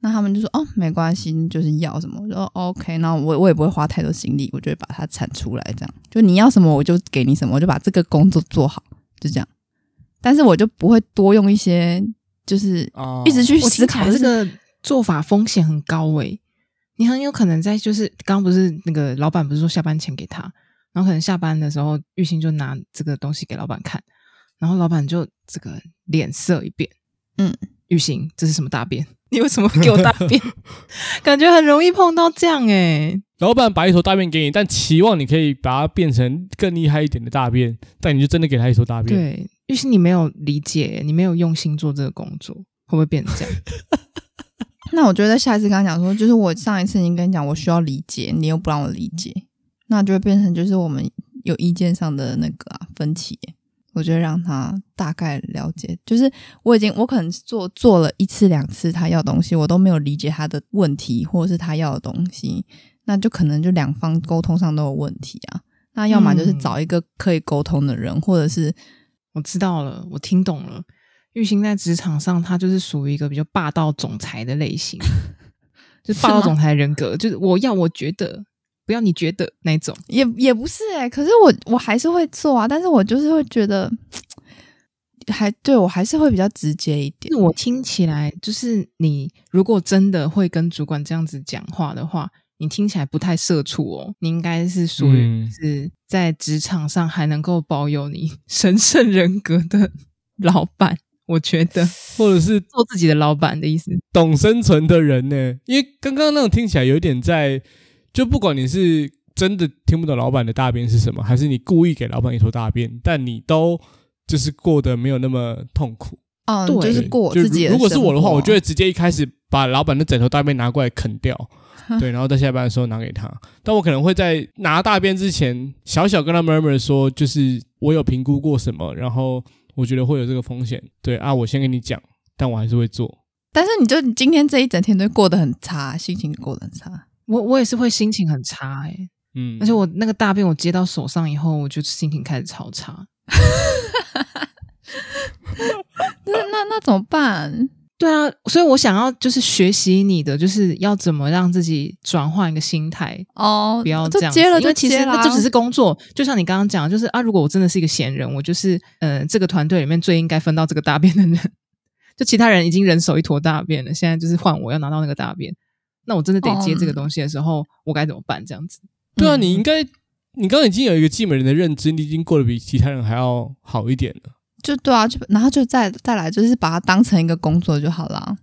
Speaker 3: 那他们就说哦，没关系，就是要什么，我就说哦 OK，那我我也不会花太多心力，我就会把它产出来，这样就你要什么我就给你什么，我就把这个工作做好，就这样。但是我就不会多用一些，就是
Speaker 2: 啊
Speaker 3: 一直去
Speaker 1: 我
Speaker 3: 思
Speaker 1: 思
Speaker 3: 考
Speaker 1: 考
Speaker 3: 这
Speaker 1: 这
Speaker 3: 个
Speaker 1: 个做法风险很高诶、你很有可能在就是刚刚不是那个老板不是说下班前给他，然后可能下班的时候玉兴就拿这个东西给老板看，然后老板就这个脸色一变，
Speaker 3: 嗯，
Speaker 1: 玉兴这是什么大便？ 你为什么给我大便？感觉很容易碰到这样欸诶、
Speaker 2: 老板把一坨大便给你，但期望你可以把它变成更厉害一点的大便，但你就真的给他一坨大便。
Speaker 1: 对，玉兴你没有理解、你没有用心做这个工作，会不会变成这样？
Speaker 3: 那我就会在下一次跟他讲说，就是我上一次已经跟你讲，我需要理解，你又不让我理解，那就会变成就是我们有意见上的那个啊分歧。我就会让他大概了解，就是我已经我可能做做了一次两次他要的东西，我都没有理解他的问题或者是他要的东西，那就可能就两方沟通上都有问题啊。那要么就是
Speaker 1: 嗯
Speaker 3: 找一个可以沟通的人，或者是
Speaker 1: 我知道了，我听懂了。玉兴在职场上，他就是属于一个比较霸道总裁的类 型，就是霸道总裁人格，就是我要我觉得，不要你觉得那一种。
Speaker 3: 也也不是哎、可是我我还是会做啊，但是我就是会觉得，还对我还是会比较直接一点
Speaker 1: 就。我听起来，就是你如果真的会跟主管这样子讲话的话，你听起来不太社畜哦，你应该是属于
Speaker 2: 嗯
Speaker 1: 是在职场上还能够保有你 神圣人格的老板。我觉得
Speaker 2: 或者是
Speaker 1: 做自己的老板的意思，
Speaker 2: 懂生存的人呢，因为刚刚那种听起来有点在，就不管你是真的听不懂老板的大便是什么，还是你故意给老板一坨大便，但你都就是过得没有那么痛苦。
Speaker 3: 嗯，
Speaker 1: 对
Speaker 3: 就是过我自己的
Speaker 2: 如
Speaker 3: 生活。
Speaker 2: 果
Speaker 3: 啊
Speaker 2: 是我的话，我就会直接一开始把老板的枕头大便拿过来啃掉，对，然后在下班的时候拿给他。但我可能会在拿大便之前，小小跟他 murmur 说，就是我有评估过什么，然后我觉得会有这个风险，对啊，我先跟你讲，但我还是会做。
Speaker 3: 但是你就你今天这一整天都过得很差，心情过得很差。
Speaker 1: 我我也是会心情很差哎、
Speaker 2: 嗯，
Speaker 1: 而且我那个大便我接到手上以后，我就心情开始超差。
Speaker 3: 那那那怎么办？
Speaker 1: 对啊，所以我想要就是学习你的，就是要怎么让自己转换一个心态，
Speaker 3: 哦，
Speaker 1: 不要
Speaker 3: 就
Speaker 1: 这样子。
Speaker 3: 接了
Speaker 1: 因为
Speaker 3: 就
Speaker 1: 其实
Speaker 3: 接了啊，
Speaker 1: 那就只是工作，就像你刚刚讲的，就是啊，如果我真的是一个闲人，我就是呃这个团队里面最应该分到这个大便的人，就其他人已经人手一坨大便了，现在就是换我要拿到那个大便，那我真的
Speaker 3: 哦
Speaker 1: 得接这个东西的时候，我该怎么办？这样子。
Speaker 2: 对啊，
Speaker 3: 嗯
Speaker 2: 你应该，你刚刚已经有一个继美人的认知，你已经过得比其他人还要好一点了。
Speaker 3: 就对啊，就然后就再再来，就是把它当成一个工作就好了。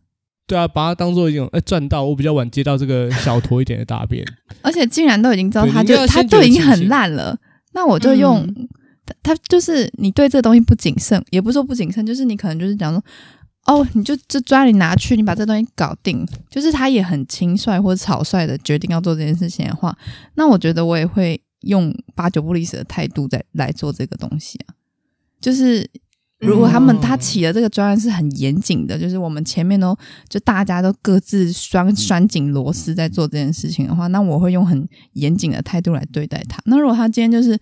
Speaker 2: 对啊，把它当做一种哎赚到，我比较晚接到这个小坨一点的大 便，
Speaker 3: 而且竟然都已经知道
Speaker 2: 对
Speaker 3: 他
Speaker 2: 你应该
Speaker 3: 就
Speaker 2: 要
Speaker 3: 他
Speaker 2: 先觉得嗯
Speaker 3: 都已经
Speaker 2: 庆
Speaker 3: 很
Speaker 2: 幸
Speaker 3: 烂了，那我就用、他他就是你对这东西不谨慎，也不是说不谨慎，就是你可能就是讲说。哦，你就这抓你拿去，你把这东西搞定，就是他也很轻率或者草率的决定要做这件事情的话，那我觉得我也会用八九不离十的态度在来做这个东西啊。就是如果他们、
Speaker 2: 嗯
Speaker 3: 他起的这个专案是很严谨的，就是我们前面都就大家都各自拴拴紧螺丝在做这件事情的话，那我会用很严谨的态度来对待他。那如果他今天就是，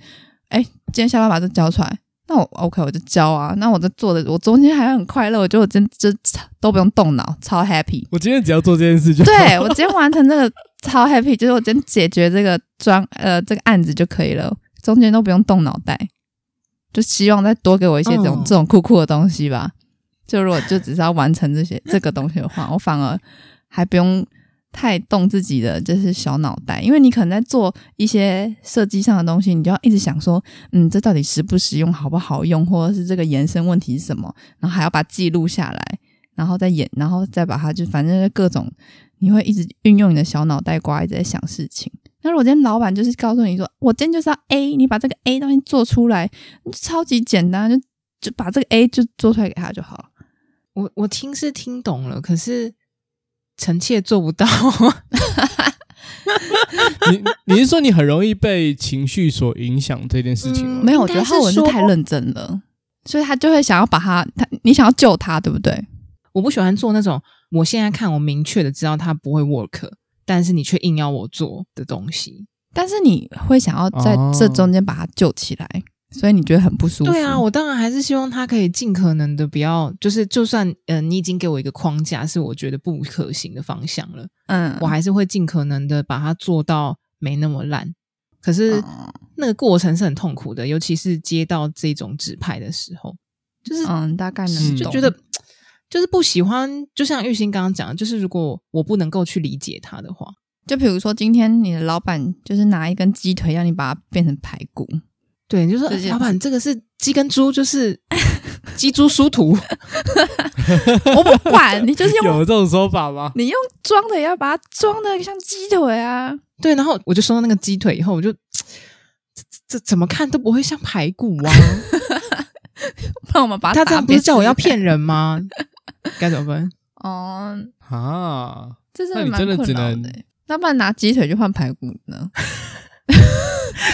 Speaker 3: 哎、今天下班把这交出来，那我 OK 我就交啊。那我这做的我中间还很快乐，我觉得我真真都不用动脑，超 happy。
Speaker 2: 我今天只要做这件事就好
Speaker 3: 对我今天完成这个超 happy，就是我今天解决这个专呃这个案子就可以了，中间都不用动脑袋，就希望再多给我一些这种、
Speaker 1: 嗯
Speaker 3: 这种酷酷的东西吧。就如果就只是要完成这些这个东西的话，我反而还不用太动自己的就是小脑袋，因为你可能在做一些设计上的东西，你就要一直想说，嗯，这到底实不实用，好不好用，或者是这个延伸问题是什么，然后还要把它记录下来，然后再演，然后再把它就反正各种，你会一直运用你的小脑袋瓜，一直在想事情。那如果今天老板就是告诉你说，我今天就是要 A，你把这个 A 东西做出来，超级简单，就就把这个 A 就做出来给他就好了。
Speaker 1: 我我听是听懂了，可是臣妾做不到。
Speaker 2: 你你是说你很容易被情绪所影响这件事情吗？
Speaker 1: 嗯
Speaker 3: 没有，我觉得
Speaker 1: 应该是
Speaker 3: 浩文是
Speaker 1: 说
Speaker 3: 太认真了，所以他就会想要把他，他你想要救他，对不对？
Speaker 1: 我不喜欢做那种我现在看我明确的知道它不会 work，但是你却硬要我做的东西。
Speaker 3: 但是你会想要在
Speaker 2: 哦
Speaker 3: 这中间把他救起来，所以你觉得很不舒服。
Speaker 1: 对啊，我当然还是希望他可以尽可能的不要，就是就算呃你已经给我一个框架，是我觉得不可行的方向了，
Speaker 3: 嗯，
Speaker 1: 我还是会尽可能的把它做到没那么烂。可是
Speaker 3: 嗯
Speaker 1: 那个过程是很痛苦的，尤其是接到这种指派的时候，就是
Speaker 3: 嗯，大概能
Speaker 1: 就
Speaker 3: 懂
Speaker 1: 觉得就是不喜欢。就像玉兴刚刚讲的，就是如果我不能够去理解他的话，
Speaker 3: 就比如说今天你的老板就是拿一根鸡腿要你把它变成排骨，
Speaker 1: 对，你就说哎
Speaker 3: 这件事
Speaker 1: 老板这个是鸡跟猪，就是 鸡猪殊途。
Speaker 3: 我不管，你就是用
Speaker 2: 有这种说法吗？
Speaker 3: 你用装的也要把它装的像鸡腿啊。
Speaker 1: 对，然后我就收到那个鸡腿以后，我就这这怎么看都不会像排骨 啊！
Speaker 3: 那我们把
Speaker 1: 他
Speaker 3: 它
Speaker 1: 这
Speaker 3: 打
Speaker 1: 样不是
Speaker 3: 遍
Speaker 1: 叫我要
Speaker 3: 试试看
Speaker 1: 骗人吗？该怎么 办？
Speaker 3: 哦，
Speaker 2: 啊，
Speaker 3: 这真
Speaker 2: 那
Speaker 3: 的
Speaker 2: 你
Speaker 3: 蛮
Speaker 2: 真的
Speaker 3: 困
Speaker 2: 只
Speaker 3: 扰
Speaker 2: 能
Speaker 3: 的欸。那不然拿鸡腿去换排骨 呢？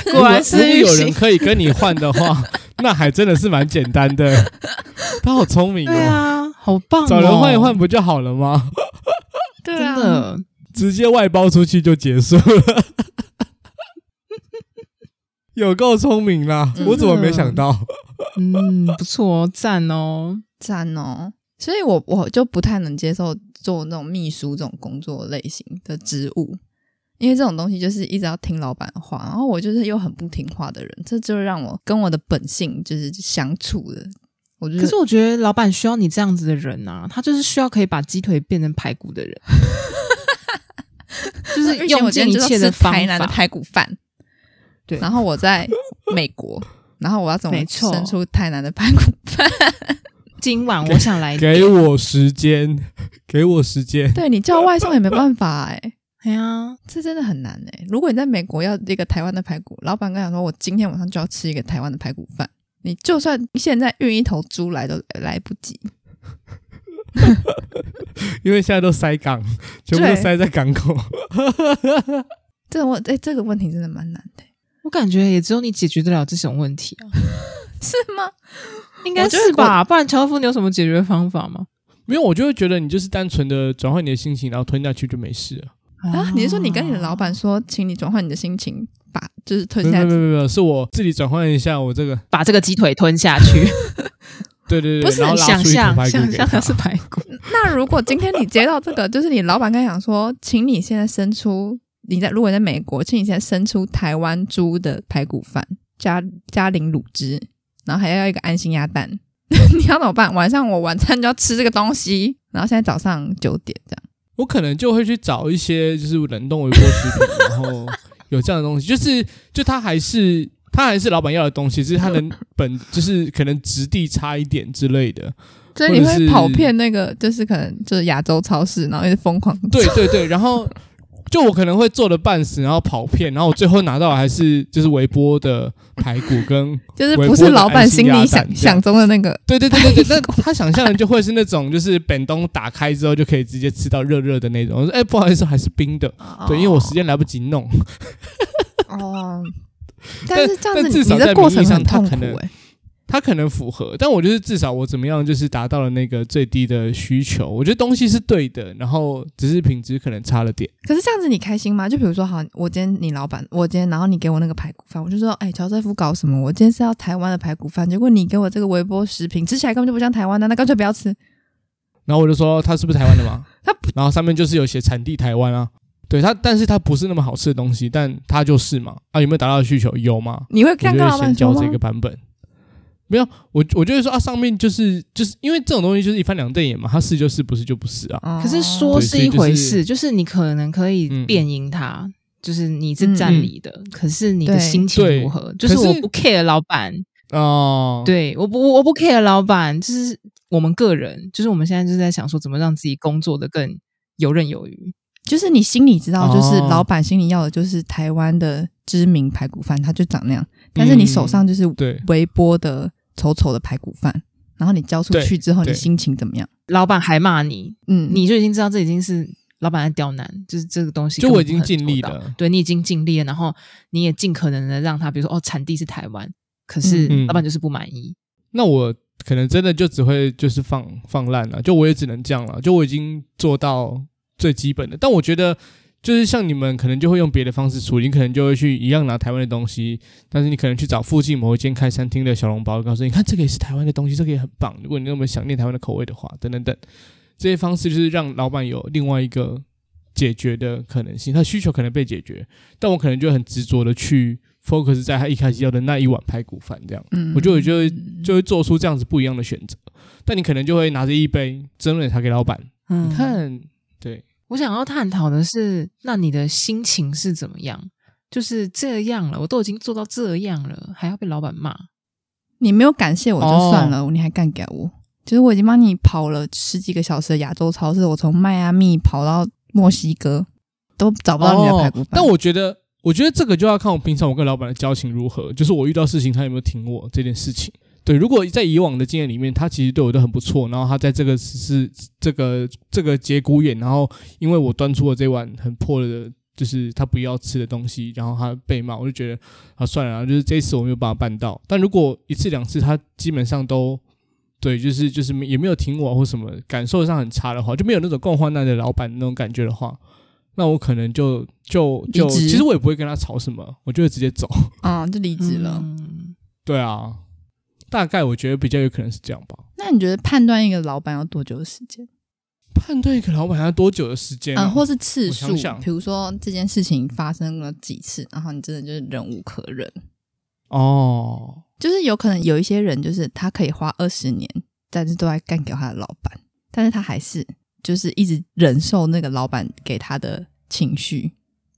Speaker 2: 如
Speaker 1: 果
Speaker 2: 果
Speaker 1: 然
Speaker 2: 如
Speaker 1: 是
Speaker 2: 果
Speaker 1: 玉
Speaker 2: 有人
Speaker 1: 兴。
Speaker 2: 可以跟你换 的话，那还真的是蛮简单的。他好聪明
Speaker 1: 对
Speaker 2: 哦，
Speaker 1: 啊，好棒、哦！
Speaker 2: 找人换一换，不就好了吗？
Speaker 3: 对啊
Speaker 1: 真的。
Speaker 2: 直接外包出去就结束了。有够聪明啦！
Speaker 3: 真的
Speaker 2: 我怎么没 想到？
Speaker 1: 嗯，不错哦，赞哦。
Speaker 3: 赞哦。所以我我就不太能接受做那种秘书这种工作类型的职务，因为这种东西就是一直要听老板的话，然后我就是又很不听话的人，这就让我跟我的本性就是相处的。我就
Speaker 1: 可是我觉得老板需要你这样子的人啊，他就是需要可以把鸡腿变成排骨 的人，就是
Speaker 3: 玉贤
Speaker 1: 用
Speaker 3: 我今
Speaker 1: 尽一
Speaker 3: 天就是
Speaker 1: 切
Speaker 3: 要吃
Speaker 1: 方
Speaker 3: 台南的
Speaker 1: 法。
Speaker 3: 排骨饭，
Speaker 1: 对
Speaker 3: 然后我在美国，然后我要怎么
Speaker 1: 没错
Speaker 3: 生出台南的排骨 饭？
Speaker 1: 今晚我想来
Speaker 2: 给我时间，给我时间。
Speaker 3: 对你叫外送也没办法哎、
Speaker 1: 哎呀，
Speaker 3: 这真的很难哎、如果你在美国要一个台湾的排骨，老板跟你讲说，我今天晚上就要吃一个台湾的排骨饭，你就算现在运一头猪来都来不及。
Speaker 2: 因为现在都塞港，全部都
Speaker 3: 对
Speaker 2: 塞在港口。
Speaker 3: 这个问哎、这个问题真的蛮难的、
Speaker 1: 我感觉也只有你解决得了这种问题啊，
Speaker 3: 是吗？
Speaker 1: 应该
Speaker 3: 我觉得
Speaker 1: 是吧？不然乔夫，你有什么解决方法吗？
Speaker 2: 没有，我就会觉得你就是单纯的转换你的心情，然后吞下去就没事了。
Speaker 3: 啊，你是说你跟你的老板说，请你转换你的心情，把就是吞下
Speaker 2: 没有没有没有没有，是我自己转换一下我这个，
Speaker 1: 把这个鸡腿吞下 去？
Speaker 2: 对对对，
Speaker 1: 不是
Speaker 2: 然后
Speaker 1: 很
Speaker 2: 拉
Speaker 1: 想
Speaker 2: 出一头
Speaker 1: 象，
Speaker 2: 排骨
Speaker 1: 想
Speaker 2: 给
Speaker 1: 象
Speaker 2: 他
Speaker 1: 它是排骨。
Speaker 3: 那如果今天你接到这个，就是你老板跟你讲说，请你现在生出你在如果你在美国，请你现在生出台湾猪的排骨饭加加零卤汁，然后还要一个安心鸭蛋， 你要怎么办？晚上我晚餐就要吃这个东西，然后现在早上九点这样，
Speaker 2: 我可能就会去找一些就是冷冻微波食品，然后有这样的东西，就是就它还是它还是老板要的东西，只是它能本就是可能质地差一点之类的。
Speaker 3: 所以你会跑遍那个就是可能就是亚洲超市，然后一直疯狂
Speaker 2: 对对对，然后就我可能会做的半死，然后跑偏，然后我最后拿到的还是就是微波的排骨跟
Speaker 3: 就是不是老板心里想想中的那个
Speaker 2: 对对对对对，那他想象的就会是那种就是本东打开之后就可以直接吃到热热的那种。我说哎、不好意思，还是冰的。对，因为我时间来不及弄。
Speaker 3: 哦。但是这样
Speaker 2: 但
Speaker 3: 子，
Speaker 2: 至少
Speaker 3: 你
Speaker 2: 在
Speaker 3: 的过
Speaker 2: 名
Speaker 3: 程
Speaker 2: 义上
Speaker 3: 很痛
Speaker 2: 他可
Speaker 3: 苦
Speaker 2: 能
Speaker 3: 哎、
Speaker 2: 它可能符合，但我就是至少我怎么样，就是达到了那个最低的需求。我觉得东西是对的，然后只是品质可能差了点。
Speaker 3: 可是这样子你开心吗？就比如说，好，我今天你老板，我今天然后你给我那个排骨饭，我就说，哎、乔瑟夫搞什么？我今天是要台湾的排骨饭，结果你给我这个微波食品，吃起来根本就不像台湾的，那干脆不要吃。
Speaker 2: 然后我就说它是不是台湾的嘛？
Speaker 3: 它不
Speaker 2: 然后上面就是有写产地台湾啊，对它，但是它不是那么好吃的东西，但它就是嘛。啊，有没有达到需求？有吗？
Speaker 3: 你会
Speaker 2: 我
Speaker 3: 这样
Speaker 2: 就
Speaker 3: 跟老
Speaker 2: 会先
Speaker 3: 板说
Speaker 2: 交这
Speaker 3: 吗？
Speaker 2: 个版本。没有，我我就会说啊，上面就是就是因为这种东西就是一翻两瞪眼嘛，它是就是，不是就不是啊。
Speaker 3: 哦
Speaker 1: 可是说是嗯一回事，就是你可能可以辩赢他，就是你
Speaker 3: 嗯
Speaker 1: 是占理的，可是你的心情如何？就是我不 care 老板，
Speaker 2: 哦，
Speaker 1: 对，我不我不 care 老板，就是我们个人，就是我们现在就是在想说，怎么让自己工作的更游刃有余。
Speaker 3: 就是你心里知道，就是
Speaker 2: 哦
Speaker 3: 老板心里要的就是台湾的知名排骨饭，它就长那样。
Speaker 2: 嗯
Speaker 3: 但是你手上就是
Speaker 2: 对
Speaker 3: 微波的丑丑的排骨饭，然后你交出
Speaker 2: 对
Speaker 3: 去之后，你
Speaker 2: 对
Speaker 3: 心情怎么样？
Speaker 1: 老板还骂你，
Speaker 3: 嗯，
Speaker 1: 你就已经知道这已经是老板在刁难，就是这个东西
Speaker 2: 就
Speaker 1: 根本不
Speaker 2: 我已
Speaker 1: 可
Speaker 2: 经
Speaker 1: 能
Speaker 2: 尽力
Speaker 1: 做到
Speaker 2: 了，
Speaker 1: 对你已经尽力了，然后你也尽可能的让他，比如说哦，产地是台湾，可是
Speaker 2: 嗯嗯
Speaker 1: 老板就是不满意，
Speaker 2: 那我可能真的就只会就是放放烂了，就我也只能这样了，就我已经做到最基本的，但我觉得。就是像你们可能就会用别的方式处理，你可能就会去一样拿台湾的东西，但是你可能去找附近某一间开餐厅的小笼包，告诉你看这个也是台湾的东西，这个也很棒。如果你那么想念台湾的口味的话，等等等，这些方式就是让老板有另外一个解决的可能性，他需求可能被解决，但我可能就很执着的去 focus 在他一开始要的那一碗排骨饭这样。
Speaker 3: 嗯
Speaker 2: 我觉得我就会就会做出这样子不一样的选择。但你可能就会拿着一杯真奶茶给老板，
Speaker 1: 嗯
Speaker 2: 你看，对，
Speaker 1: 我想要探讨的是，那你的心情是怎么样？就是这样了，我都已经做到这样了，还要被老板骂？
Speaker 3: 你没有感谢我就算
Speaker 2: 哦
Speaker 3: 了，你还干给我，就是我已经帮你跑了十几个小时的亚洲超市，我从迈阿密跑到墨西哥，都找不到你的排骨
Speaker 2: 哦
Speaker 3: 饭。
Speaker 2: 但我觉得，我觉得这个就要看我平常我跟老板的交情如何，就是我遇到事情他有没有挺我这件事情。对，如果在以往的经验里面，他其实对我都很不错，然后他在这个是这个这个节骨眼，然后因为我端出了这碗很破的，就是他不要吃的东西，然后他被骂，我就觉得啊算了啊，就是这一次我没有办法办到。但如果一次两次，他基本上都对，就是就是也没有挺我或什么，感受上很差的话，就没有那种共患难的老板那种感觉的话，那我可能就就就，
Speaker 3: 离职
Speaker 2: 其实我也不会跟他吵什么，我就会直接走。
Speaker 3: 嗯，就离职了。
Speaker 1: 嗯
Speaker 2: 对啊，大概我觉得比较有可能是这样吧。
Speaker 3: 那你觉得判断一个老板要多久的时间？
Speaker 2: 判断一个老板要多久的时间、啊？
Speaker 3: 嗯，或是次
Speaker 2: 我
Speaker 3: 数
Speaker 2: 想想，
Speaker 3: 比如说这件事情发生了几次，然后你真的就是忍无可忍。
Speaker 2: 哦，
Speaker 3: 就是有可能有一些人，就是他可以花二十年，但是都在干掉他的老板，但是他还是就是一直忍受那个老板给他的情绪，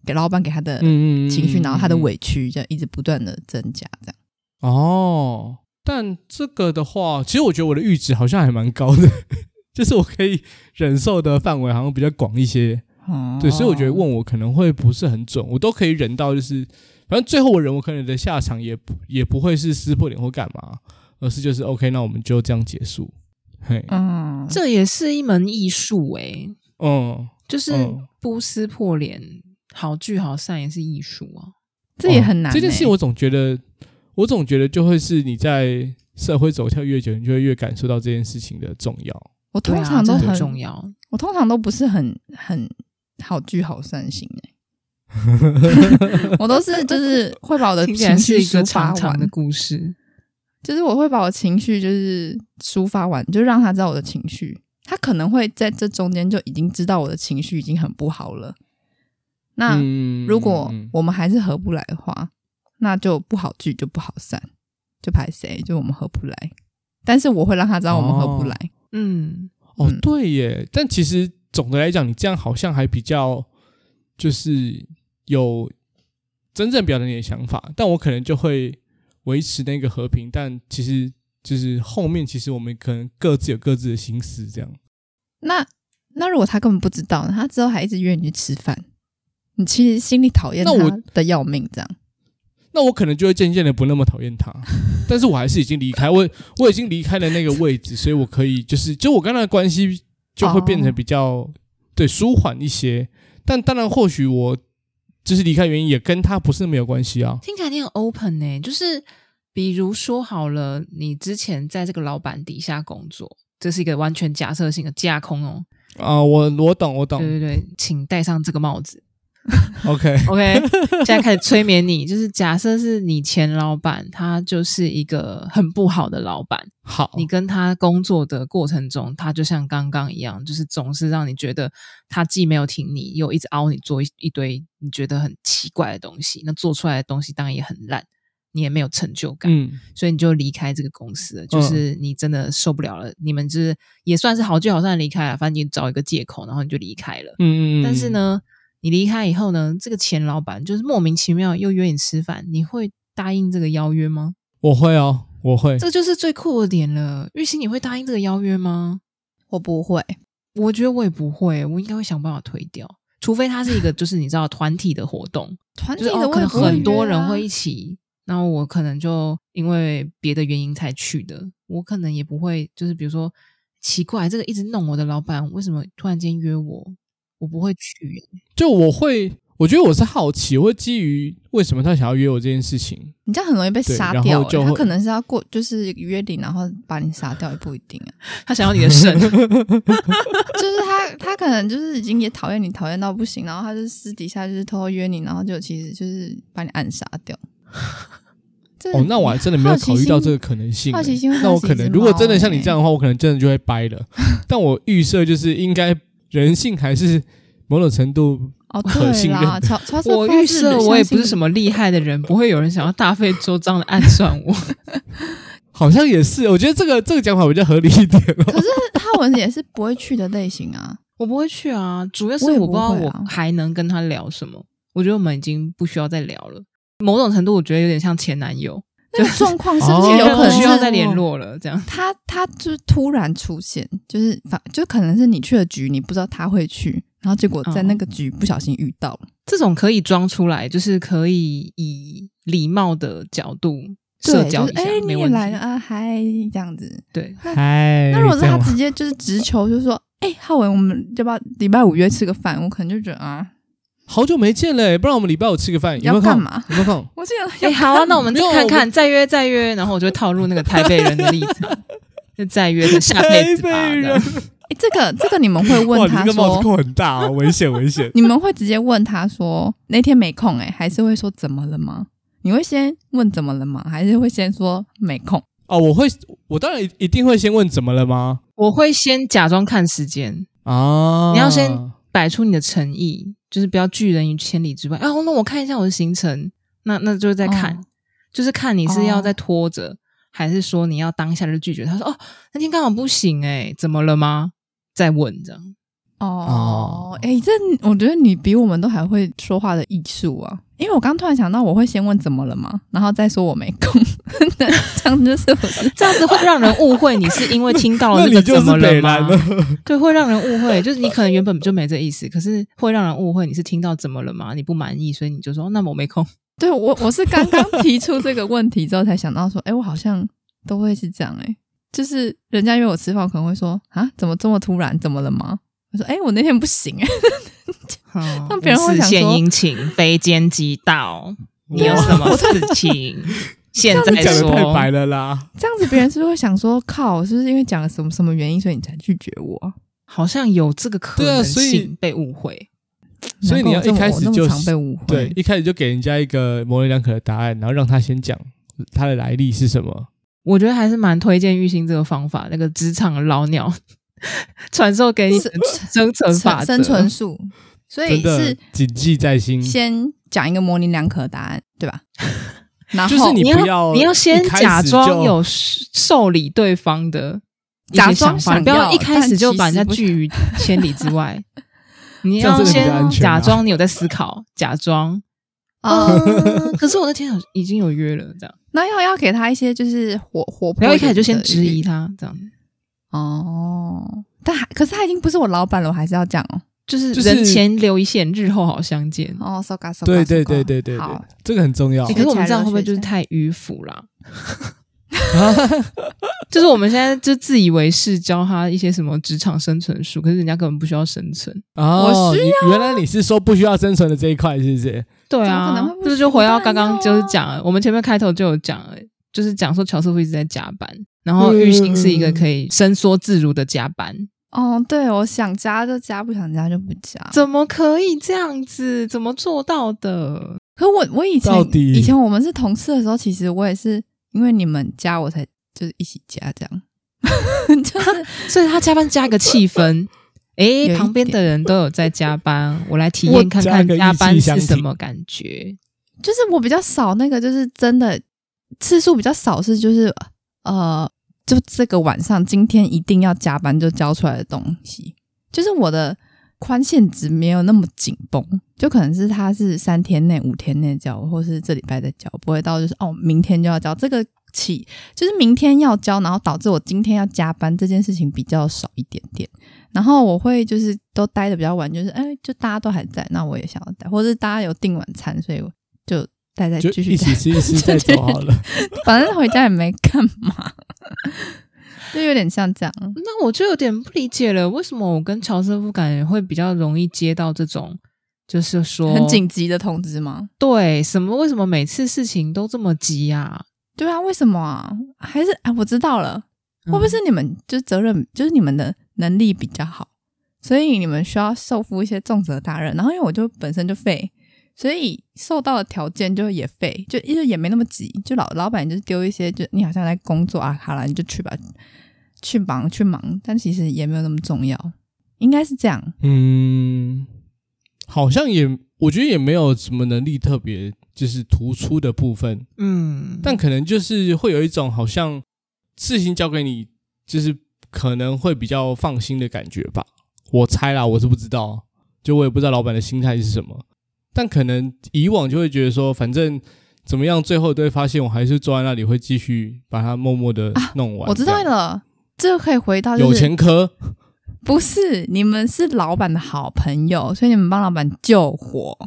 Speaker 3: 给老板给他的
Speaker 2: 嗯嗯，嗯
Speaker 3: 情绪，然后他的
Speaker 2: 嗯嗯
Speaker 3: 委屈就一直不断的增加，这样。
Speaker 2: 哦，但这个的话，其实我觉得我的阈值好像还蛮高的， 就是我可以忍受的范围好像比较广一些。
Speaker 3: 哦
Speaker 2: 对，所以我觉得问我可能会不是很准，我都可以忍到，就是反正最后我忍，我可能的下场也不也不会是撕破脸或干嘛，而是就是 OK，那我们就这样结束。嘿，
Speaker 3: 嗯，这
Speaker 1: 这也是一门艺术诶、
Speaker 2: 嗯，
Speaker 1: 就是
Speaker 2: 嗯
Speaker 1: 不撕破脸，好聚好散也是艺术啊。
Speaker 3: 这也很难、
Speaker 2: 哦
Speaker 3: 欸
Speaker 2: 这件事情我总觉得，我总觉得就会是你在社会走跳越久，你就会越感受到这件事情的重要。
Speaker 3: 我通
Speaker 1: 对啊
Speaker 3: 常都
Speaker 1: 这
Speaker 3: 很、
Speaker 1: 很重要，
Speaker 3: 我通常都不是很很好聚好散型 哎、欸，我都是就是会把我的
Speaker 1: 听起来
Speaker 3: 情
Speaker 1: 是
Speaker 3: 绪
Speaker 1: 一个
Speaker 3: 抒发
Speaker 1: 长长
Speaker 3: 完
Speaker 1: 的，故事。
Speaker 3: 就是我会把我情绪就是抒发完，就让他知道我的情绪。他可能会在这中间就已经知道我的情绪已经很不好了。那
Speaker 2: 嗯
Speaker 3: 如果
Speaker 2: 嗯
Speaker 3: 我们还是合不来的话，那就不好聚，就不好散，就排谁，就我们合不来。但是我会让他知道我们合不来。
Speaker 1: 嗯，
Speaker 2: 哦
Speaker 3: 嗯，
Speaker 2: 对耶，但其实总的来讲，你这样好像还比较就是有真正表达你的想法，但我可能就会维持那个和平，但其实就是后面其实我们可能各自有各自的心思，这样
Speaker 3: 那那如果他根本不知道呢，他之后还一直约你去吃饭，你其实心里讨厌
Speaker 2: 那我
Speaker 3: 他的要命，这样
Speaker 2: 那我可能就会渐渐的不那么讨 厌他，但是我还是已经离开，我我已经离开了那个位 置，所以我可以就是就我跟他的关系就会变成比较、
Speaker 1: 哦
Speaker 2: 对舒缓一些，但当然或许我就是离开原因也跟他不是没有关系啊。
Speaker 1: 听起来你很 open 呢、就是比如说好了，你之前在这个老板底下工作，这是一个完全假设性的架空哦。
Speaker 2: 啊、我我懂，我懂。
Speaker 1: 对对对，请戴上这个帽子。
Speaker 2: OK，
Speaker 1: OK，现在开始催眠你，就是假设是你前老板，他就是一个很不好的老板，
Speaker 2: 好，
Speaker 1: 你跟他工作的过程中，他就像刚刚一样，就是总是让你觉得他既没有挺你，又一直凹你做一一堆你觉得很奇怪的东西，那做出来的东西当然也很烂，你也没有成就感，
Speaker 2: 嗯，
Speaker 1: 所以你就离开这个公司了。就是你真的受不了了，你们就是也算是好聚好散地离开了，反正你找一个借口，然后你就离开了。
Speaker 2: 嗯嗯嗯。
Speaker 1: 但是，呢，你离开以后呢，这个前老板就是莫名其妙又约你吃饭，你会答应这个邀约吗？
Speaker 2: 我会哦，我会，
Speaker 1: 这就是最酷的点了。玉鑫，你会答应这个邀约吗？
Speaker 3: 我不会，
Speaker 1: 我觉得我也不会，我应该会想办法推掉，除非它是一个就是你知道团体的活 动，
Speaker 3: 团
Speaker 1: 就是哦，可能很多
Speaker 3: 啊
Speaker 1: 人会一起，然后我可能就因为别的原因才去的，我可能也不会就是比如说奇怪，这个一直弄我的老板为什么突然间约我，我不会去耶。
Speaker 2: 就我会，我觉得我是好奇，我会基于为什么他想要约我这件事情，
Speaker 3: 你这样很容易被杀
Speaker 2: 对然
Speaker 3: 掉、
Speaker 2: 后就
Speaker 3: 欸
Speaker 2: 会
Speaker 3: 他可能是要过，就是约定，然后把你杀掉也不一定啊。
Speaker 1: 他想要你的肾，
Speaker 3: 就是他，他可能就是已经也讨厌你，讨厌到不行，然后他就私底下就是偷偷约你，然后就其实就是把你暗杀 掉。这
Speaker 2: 哦，那我还真的没有考虑到这
Speaker 3: 个。
Speaker 2: 个可能性欸、
Speaker 3: 好奇心会
Speaker 2: 那我
Speaker 3: 杀死
Speaker 2: 可
Speaker 3: 一
Speaker 2: 能
Speaker 3: 只
Speaker 2: 如果
Speaker 3: 猫
Speaker 2: 真的像你
Speaker 3: 欸
Speaker 2: 这样的话，我可能真的就会掰 了。但我预设就是应该人性还是某种程度，
Speaker 3: 哦，
Speaker 2: 可
Speaker 3: 对
Speaker 2: 信任
Speaker 3: 啦，曹曹
Speaker 1: 我预设我也不是什
Speaker 3: 么，
Speaker 1: 么厉害的人，不会有人想要大费周章的暗算我。
Speaker 2: 好像也是。我觉得这个这个讲法比较合理一点
Speaker 3: 可
Speaker 2: 哦。
Speaker 3: 是浩文也是不会去的类 型啊。
Speaker 1: 我不会去啊，主要是
Speaker 3: 我也
Speaker 1: 我不知道
Speaker 3: 不会
Speaker 1: 我
Speaker 3: 啊
Speaker 1: 还能跟他聊什么。我觉得我们已经不需要再聊了，某种程度我觉得有点像前男友，
Speaker 3: 那个 状况是不
Speaker 2: 哦
Speaker 3: 是有可
Speaker 1: 不
Speaker 3: 能
Speaker 1: 需要
Speaker 3: 是
Speaker 1: 再联络了。这样，
Speaker 3: 他他就是突然出现，就是反就可能是你去了局，你不知道他会去，然后结果
Speaker 1: 嗯
Speaker 3: 在那个局不小心遇到了，
Speaker 1: 这种可以装出来，就是可以以礼貌的角度社
Speaker 3: 对，就
Speaker 1: 交
Speaker 3: 是
Speaker 1: 一下，
Speaker 3: 哎你
Speaker 1: 没
Speaker 3: 也
Speaker 1: 问题。
Speaker 3: 来了啊，嗨这样子。
Speaker 1: 对，
Speaker 2: 嗨
Speaker 3: 那如果是
Speaker 2: 哎这
Speaker 3: 他
Speaker 2: 样
Speaker 3: 直接就是直球，就说哎、浩文，我们要不要礼拜五约吃个饭？我可能就觉得啊，
Speaker 2: 好久没见嘞，不然我们礼拜五吃个饭，有没
Speaker 3: 要
Speaker 2: 有
Speaker 3: 干
Speaker 2: 空？
Speaker 3: 嘛？
Speaker 2: 有没有空？
Speaker 3: 我这
Speaker 1: 哎、
Speaker 3: 个
Speaker 1: 好啊，那我们再
Speaker 2: 没有
Speaker 1: 看
Speaker 2: 我
Speaker 1: 看，再约再约，然后我就会套入那个台北人的立场， 就再约就下辈子 吧。
Speaker 2: 台北人
Speaker 1: 这样
Speaker 3: 哎，这个这个你们会
Speaker 2: 哇，
Speaker 3: 问
Speaker 2: 你
Speaker 3: 他
Speaker 2: 这个帽子
Speaker 3: 说，。
Speaker 2: 扣很大哦，危险危险
Speaker 3: 你们会直接问他说那天没空哎、还是会说怎么了吗？你会先问怎么了吗？还是会先说没空？
Speaker 2: 哦，我会，我当然一一定会先问怎么了吗？
Speaker 1: 我会先假装看时间，
Speaker 2: 啊，
Speaker 1: 你要先摆出你的诚意，就是不要拒人于千里之外。啊，那我看一下我的行程，那那就再看，
Speaker 3: 哦
Speaker 1: 就是看你是要
Speaker 3: 哦
Speaker 1: 再拖着，还是说你要当下就拒绝。他说：“哦，那天刚好不行、欸，怎么了吗？”再问这样。
Speaker 2: 哦
Speaker 3: 哦，哎、这我觉得你比我们都还会说话的艺术啊！因为我刚突然想到，我会先问怎么了嘛，然后再说我没空， 这样就是不是？
Speaker 1: 这样子会让人误会你是因为听到
Speaker 2: 那
Speaker 1: 了那
Speaker 2: 你
Speaker 1: 个
Speaker 2: 就
Speaker 1: 怎么
Speaker 2: 是北
Speaker 1: 了
Speaker 2: 兰
Speaker 1: 吗？
Speaker 2: 了。
Speaker 1: 对，会让人误会，就是你可能原本就没这意思，可是会让人误会你是听到怎么了吗？你不满意，所以你就说哦那么我没空。
Speaker 3: 对我，我是刚刚提出这个问题之后才想到说，哎、我好像都会是这样、哎，就是人家约我吃饭，我可能会说啊，怎么这么突然？怎么了吗？我说，哎、我那天不行、哎，
Speaker 1: 嗯
Speaker 3: 那别人会
Speaker 1: 无事
Speaker 3: 想
Speaker 1: 献
Speaker 3: 说
Speaker 1: 殷勤，非奸即盗。你 有
Speaker 3: 啊
Speaker 2: 哇
Speaker 1: 什么事 情？现在
Speaker 2: 讲的太白
Speaker 1: 说，
Speaker 2: 了啦！
Speaker 3: 这样子别人是不是会想说，靠，是不是因为讲了什么什么原因，所以你才拒绝我啊？
Speaker 1: 好像有这个可
Speaker 2: 对啊
Speaker 1: 能
Speaker 2: 所以
Speaker 1: 性被误会。
Speaker 2: 所以你要一开始
Speaker 3: 难怪我这
Speaker 2: 就
Speaker 3: 么我那么常被误会，
Speaker 2: 对，一开始就给人家一个模棱两可的答案，然后让他先讲他的来历是什么。
Speaker 1: 我觉得还是蛮推荐玉兴这个方法，那个职场老鸟 传授给你的生存法则。
Speaker 3: 生存术，所
Speaker 2: 真
Speaker 3: 以
Speaker 2: 的嗯
Speaker 3: 是
Speaker 2: 谨记在心，
Speaker 3: 先讲一个模棱两可的答案，对吧？然后
Speaker 2: 就是你
Speaker 1: 你
Speaker 2: 不
Speaker 1: 要
Speaker 2: 要
Speaker 1: 你要先
Speaker 2: 一开始
Speaker 1: 假
Speaker 2: 就
Speaker 1: 装有受理对方的一
Speaker 3: 假
Speaker 1: 些
Speaker 3: 装
Speaker 1: 想法，
Speaker 3: 想
Speaker 1: 你不要
Speaker 3: 要
Speaker 1: 一开
Speaker 3: 但
Speaker 1: 始就
Speaker 3: 其
Speaker 1: 把人
Speaker 3: 实
Speaker 1: 家
Speaker 3: 不
Speaker 1: 拒 于千里之外。你
Speaker 2: 这样
Speaker 1: 要
Speaker 2: 真的比较
Speaker 1: 先
Speaker 2: 安全
Speaker 1: 假
Speaker 2: 啊
Speaker 1: 装你有在思考，假装
Speaker 3: 啊，
Speaker 1: 嗯， 可是我那天有已经有约了，这样
Speaker 3: 那要要给他一些就是活活
Speaker 1: 不
Speaker 3: 泼，
Speaker 1: 要一开始就先质疑他，这样
Speaker 3: 哦。但还可是他已经不是我老板了，我还是要讲哦。
Speaker 1: 就是
Speaker 2: 就是
Speaker 1: 人前留一线，日后好相见。
Speaker 3: 哦，so ga so
Speaker 2: 对对对对对对
Speaker 3: 好，，
Speaker 2: 这个很重要
Speaker 1: 欸可
Speaker 3: 学
Speaker 1: 是我
Speaker 3: 起
Speaker 1: 们
Speaker 3: 来
Speaker 1: 这样
Speaker 3: 了
Speaker 1: 会不会
Speaker 3: 学
Speaker 1: 就是
Speaker 3: 起来
Speaker 1: 太迂腐啦？ 就是我们现在就自以为是，教他一些什么职场生存术，可是人家根本不需要生存。
Speaker 2: 哦。
Speaker 3: 我需啊
Speaker 2: 你原来你是说不需要生存的这一块，是不是？
Speaker 1: 对
Speaker 3: 怎么可
Speaker 1: 啊
Speaker 3: 能会，不
Speaker 1: 这
Speaker 3: 需
Speaker 1: 就回到
Speaker 3: 当
Speaker 1: 刚
Speaker 3: 然
Speaker 1: 刚
Speaker 3: 要
Speaker 1: 就是
Speaker 3: 啊
Speaker 1: 讲了，我们前面开头就有讲了，就是讲说乔师傅一直在加班，然后玉兴是一个
Speaker 2: 嗯
Speaker 1: 可以伸缩自如的加班，
Speaker 3: 哦，对，我想加就加，不想加就不加。
Speaker 1: 怎么可以这样子？怎么做到的？
Speaker 3: 可我我以前
Speaker 2: 到底
Speaker 3: 以前我们是同事的时候，其实我也是因为你们加我才就是一起加这样，就是
Speaker 1: 所以他加班加一个气 氛，
Speaker 3: 有
Speaker 1: 诶，
Speaker 3: 一
Speaker 1: 旁边的人都有在加班，我来体验看
Speaker 2: 加
Speaker 1: 看
Speaker 2: 个
Speaker 1: 加
Speaker 2: 意气
Speaker 1: 班
Speaker 2: 相
Speaker 1: 是什
Speaker 2: 挺
Speaker 1: 么感觉。
Speaker 3: 就是我比较少那个，就是真的次数比较少是就是呃，就这个晚上今天一定要加班就交出来的东西，就是我的宽限值没有那么紧绷，就可能是他是三天内、五天内交，或是这礼拜再交，不会到就是哦明天就要交，这个气，就是明天要交，然后导致我今天要加班这件事情比较少一点点。然后我会就是都待的比较晚，就是哎，就大家都还在，那我也想要待，或者是大家有订晚餐，所以我就待在
Speaker 2: 就
Speaker 3: 继续
Speaker 2: 一
Speaker 3: 待
Speaker 2: 起，吃一吃再走好了。
Speaker 3: 反正回家也没干 嘛，就有点像这样。
Speaker 1: 那我就有点不理解了，为什么我跟乔瑟夫感觉会比较容易接到这种，就是说
Speaker 3: 很紧急的通知吗？
Speaker 1: 对什么？为什么每次事情都这么急啊？
Speaker 3: 对啊，为什么啊？还是啊，我知道了，
Speaker 1: 嗯
Speaker 3: 会不会是你们就是责任，就是你们的能力比较好，所以你们需要受负一些重责大任。然后因为我就本身就废，所以受到的条件就也废，就因为也没那么急，就老老板就是丢一些，就你好像在工作啊，好啦，你就去吧，去忙去忙，但其实也没有那么重要，应该是这样。
Speaker 2: 嗯，好像也，我觉得也没有什么能力特别就是突出的部分，
Speaker 1: 嗯，
Speaker 2: 但可能就是会有一种好像事情交给你，就是可能会比较放心的感觉吧。我猜啦，我是不知道，就我也不知道老板的心态是什么，但可能以往就会觉得说，反正。怎么样？最后都会发现，我还是坐在那里，会继续把它默默的
Speaker 1: 啊
Speaker 2: 弄完、
Speaker 3: 我知道
Speaker 2: 这样
Speaker 3: 了，这个可以回到、就是、
Speaker 2: 有前科，
Speaker 3: 不是，你们是老板的好朋友，所以你们帮老板救火。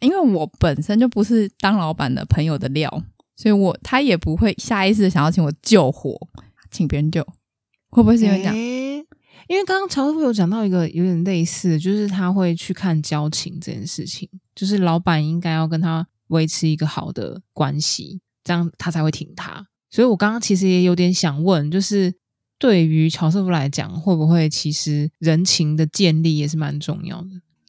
Speaker 3: 因为我本身就不是当老板的朋友的料，所以我他也不会下意识地想要请我救火，请别人救，会不会是因为这样？
Speaker 1: 诶因为刚刚乔师傅有讲到一个有点类似，就是他会去看交情这件事情，就是老板应该要跟他维持一个好的关系，这样他才会挺他。所以我刚刚其实也有点想问，就是对于乔师傅来讲，会不会其实人情的建立也是蛮重要的？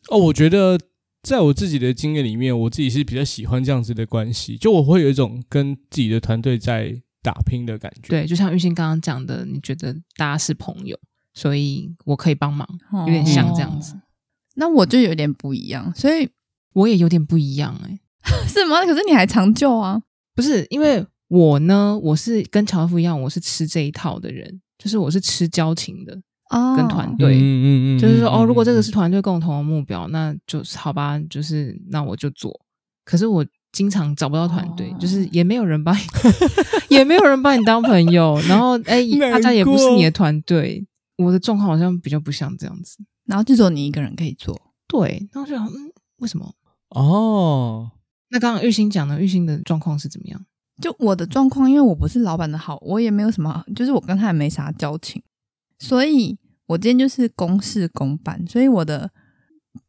Speaker 2: 哦，我觉得在我自己的经验里面，我自己是比较喜欢这样子的关系，就我会有一种跟自己的团队在打拼的感觉。，
Speaker 1: 对，就像玉兴刚刚讲的，你觉得大家是朋友，所以我可以帮忙，
Speaker 3: 有
Speaker 1: 有点像这样子。
Speaker 3: 哦那我就有点不一样，所以
Speaker 1: 我也有点不一样哎、
Speaker 3: 是吗？可是你还常救啊？
Speaker 1: 不是，因为我呢，我是跟乔夫一样，我是吃这一套的人，就是我是吃交情的，
Speaker 3: 哦，
Speaker 1: 跟团队对
Speaker 2: 嗯
Speaker 1: 就是说哦，如果这个是团队共同的目标，那就是好吧，就是那我就做。可是我经常找不到团队，
Speaker 3: 哦
Speaker 1: 就是也没有人把你， 也没有人把你当朋友，然后哎，
Speaker 2: 难
Speaker 1: 大家也不是
Speaker 2: 过
Speaker 1: 你的团队。我的状况好像比较不像这样子，
Speaker 3: 然后就只有你一个人可以做。
Speaker 1: 对，那我就想，嗯，为什么？
Speaker 2: 哦，
Speaker 1: 那刚刚玉兴讲的，玉兴的状况是怎么样？
Speaker 3: 就我的状况，因为我不是老板的好，我也没有什么，就是我跟他也没啥交情，所以我今天就是公事公办，所以我的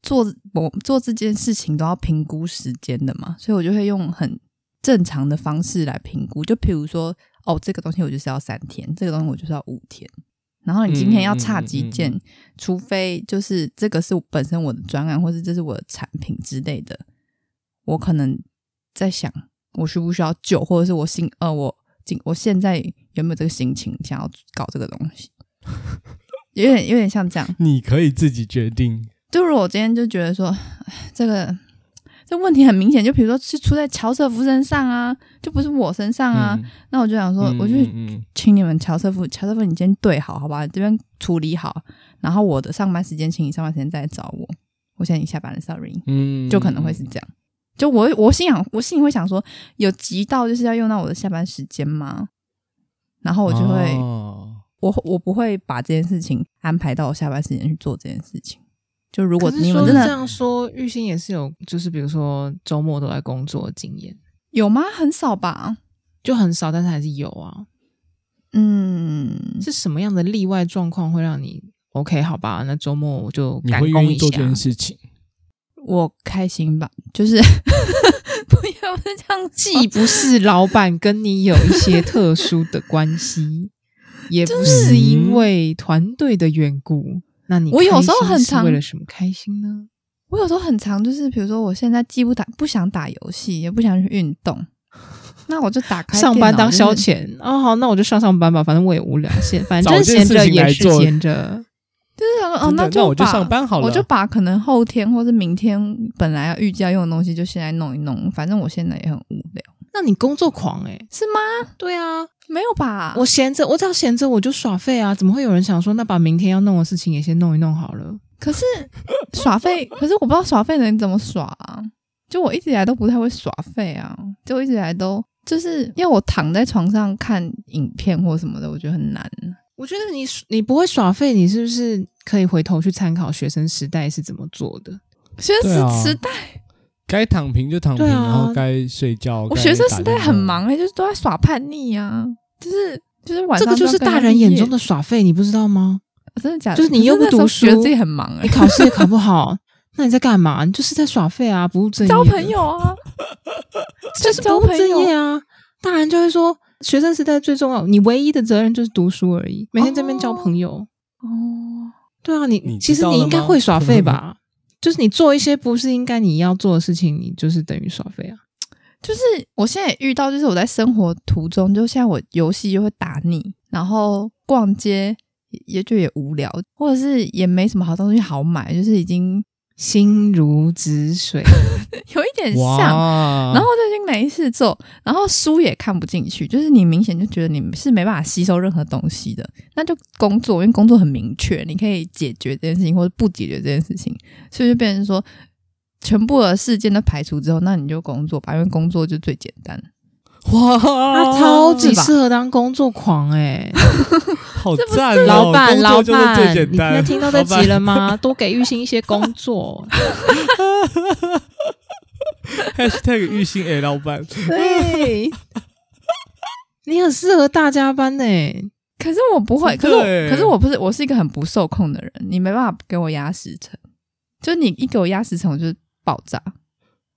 Speaker 3: 做我做这件事情都要评估时间的嘛，所以我就会用很正常的方式来评估，就比如说哦，这个东西我就是要三天，这个东西我就是要五天，然后你今天要差几件，
Speaker 2: 嗯嗯
Speaker 3: 除非就是这个是本身我的专案，或是这是我的产品之类的，我可能在想我需不需要救，或者是我心呃我今我现在有没有这个心情想要搞这个东西， 有点有点像这样。
Speaker 2: 你可以自己决定。
Speaker 3: 就如果我今天就觉得说唉这个这问题很明显，就比如说是出在乔瑟夫身上啊，就不是我身上啊，
Speaker 2: 嗯，
Speaker 3: 那我就想说，
Speaker 2: 嗯
Speaker 3: 我就
Speaker 2: 嗯
Speaker 3: 请你们乔瑟夫，乔瑟夫，你今天对好好吧，这边处理好，然后我的上班时间，请你上班时间再来找我。我现在已经下班了，sorry，
Speaker 2: 嗯
Speaker 3: 就可能会是这样。就我我心想，我心里会想说，有急到就是要用到我的下班时间吗？然后我就会，
Speaker 2: 哦
Speaker 3: 我我不会把这件事情安排到我下班时间去做这件事情。就如果
Speaker 1: 可是
Speaker 3: 你们
Speaker 1: 说
Speaker 3: 真
Speaker 1: 这
Speaker 3: 的
Speaker 1: 样说，玉兴也是有，就是比如说周末都在工作的经验，
Speaker 3: 有吗？很少吧。
Speaker 1: 就很少，但是还是有啊。
Speaker 3: 嗯，
Speaker 1: 是什么样的例外状况会让你 OK？好吧，那周末我就
Speaker 2: 你
Speaker 1: 赶
Speaker 2: 会
Speaker 1: 工
Speaker 2: 愿意
Speaker 1: 一
Speaker 2: 做这件
Speaker 1: 下。
Speaker 2: 事情？
Speaker 3: 我开心吧，就是不要不是这样记
Speaker 1: 既不是老板跟你有一些特殊的关系，也不是因为团队的缘故。那你
Speaker 3: 嗯我有时候
Speaker 1: 开心
Speaker 3: 很
Speaker 1: 是
Speaker 3: 常
Speaker 1: 为了什么开心呢？
Speaker 3: 我有时候很常就是，比如说我现在既不打不想打游戏，也不想去运动，那我就打开
Speaker 1: 上班
Speaker 3: 电脑
Speaker 1: 当
Speaker 3: 就是
Speaker 1: 消遣、哦，好，那我就上上班吧，反正我也无聊，闲反正
Speaker 2: 找件
Speaker 1: 闲
Speaker 2: 事
Speaker 1: 着
Speaker 2: 情
Speaker 1: 也
Speaker 2: 来
Speaker 1: 是
Speaker 2: 做
Speaker 1: 闲着。
Speaker 3: 就是想说哦，
Speaker 2: 真的
Speaker 3: 就
Speaker 2: 我就
Speaker 3: 把
Speaker 2: 上班好了。
Speaker 3: 我就把可能后天或是明天本来要预计要用的东西，就现在弄一弄，反正我现在也很无聊，
Speaker 1: 那你工作狂哎、
Speaker 3: 是吗？
Speaker 1: 对啊，
Speaker 3: 没有吧？
Speaker 1: 我闲着，我只要闲着我就耍废啊，怎么会有人想说那把明天要弄的事情也先弄一弄好了？
Speaker 3: 可是耍 废，可是我不知道耍废能怎么耍啊？就我一直以来都不太会耍废啊，就我一直以来都就是因为我躺在床上看影片或什么的，我觉得很难。
Speaker 1: 我觉得你你不会耍废，你是不是可以回头去参考学生时代是怎么做的？
Speaker 3: 学
Speaker 2: 对
Speaker 3: 生
Speaker 2: 啊
Speaker 3: 时代，
Speaker 2: 该躺平就躺平，
Speaker 1: 对啊
Speaker 2: 然后该睡觉。
Speaker 3: 我
Speaker 2: 该
Speaker 3: 学生
Speaker 2: 打
Speaker 3: 时代
Speaker 2: 电
Speaker 3: 很
Speaker 2: 话，
Speaker 3: 忙哎、就是都在耍叛逆啊，就是就是晚
Speaker 1: 这
Speaker 3: 上
Speaker 1: 个就
Speaker 3: 都要
Speaker 1: 是
Speaker 3: 跟
Speaker 1: 大
Speaker 3: 人家
Speaker 1: 人眼
Speaker 3: 夜啊
Speaker 1: 中的耍废，你不知道吗？
Speaker 3: 真的假的？
Speaker 1: 就是你
Speaker 3: 可
Speaker 1: 又不
Speaker 3: 那时候
Speaker 1: 读
Speaker 3: 觉得
Speaker 1: 书
Speaker 3: 自己很忙哎、
Speaker 1: 你考试也考不 好，那你在干嘛？你就是在耍废啊，不务正业的，
Speaker 3: 交朋友 啊，
Speaker 1: 就是
Speaker 3: 交
Speaker 1: 不务
Speaker 3: 朋
Speaker 1: 正业
Speaker 3: 友。
Speaker 1: 啊。大人就会说，学生时代最重要，你唯一的责任就是读书而已，每天这边交朋友。
Speaker 3: 哦，
Speaker 1: 对啊，你
Speaker 2: 你
Speaker 1: 其
Speaker 2: 知
Speaker 1: 实
Speaker 2: 道
Speaker 1: 你
Speaker 2: 了
Speaker 1: 应该
Speaker 2: 吗
Speaker 1: 会耍废吧？就是你做一些不是应该你要做的事情，你就是等于耍废啊。
Speaker 3: 就是我现在也遇到，就是我在生活途中，就现在我游戏就会打腻，然后逛街也也就也无聊，或者是也没什么好东西好买，就是已经
Speaker 1: 心如止水，
Speaker 3: 有一点像。
Speaker 2: 哇！
Speaker 3: 然后就已经没事做，然后书也看不进去，就是你明显就觉得你是没办法吸收任何东西的。那就工作，因为工作很明确，你可以解决这件事情或者不解决这件事情，所以就变成说，全部的事件都排除之后，那你就工作吧，因为工作就最简单。
Speaker 2: 哇，哦
Speaker 1: 他超级
Speaker 3: 是吧
Speaker 1: 适合当工作狂哎、
Speaker 2: 好赞哦！
Speaker 1: 老板，
Speaker 2: 工
Speaker 1: 老
Speaker 2: 作就是最
Speaker 1: 板，
Speaker 2: 简
Speaker 1: 你
Speaker 2: 单。
Speaker 1: 在听到这
Speaker 2: 老板
Speaker 1: 集了吗？多给玉兴一些工 作。
Speaker 2: ？#hashtag 玉兴 A 老板，
Speaker 1: 对， 你很适合大加班欸呢、
Speaker 3: 可是我不会，可
Speaker 2: 真
Speaker 3: 是
Speaker 2: 的
Speaker 3: 我
Speaker 2: 欸
Speaker 3: 可是我不是，我是一个很不受控的人，你没办法给我压时辰，就是你一给我压时辰，我就爆炸，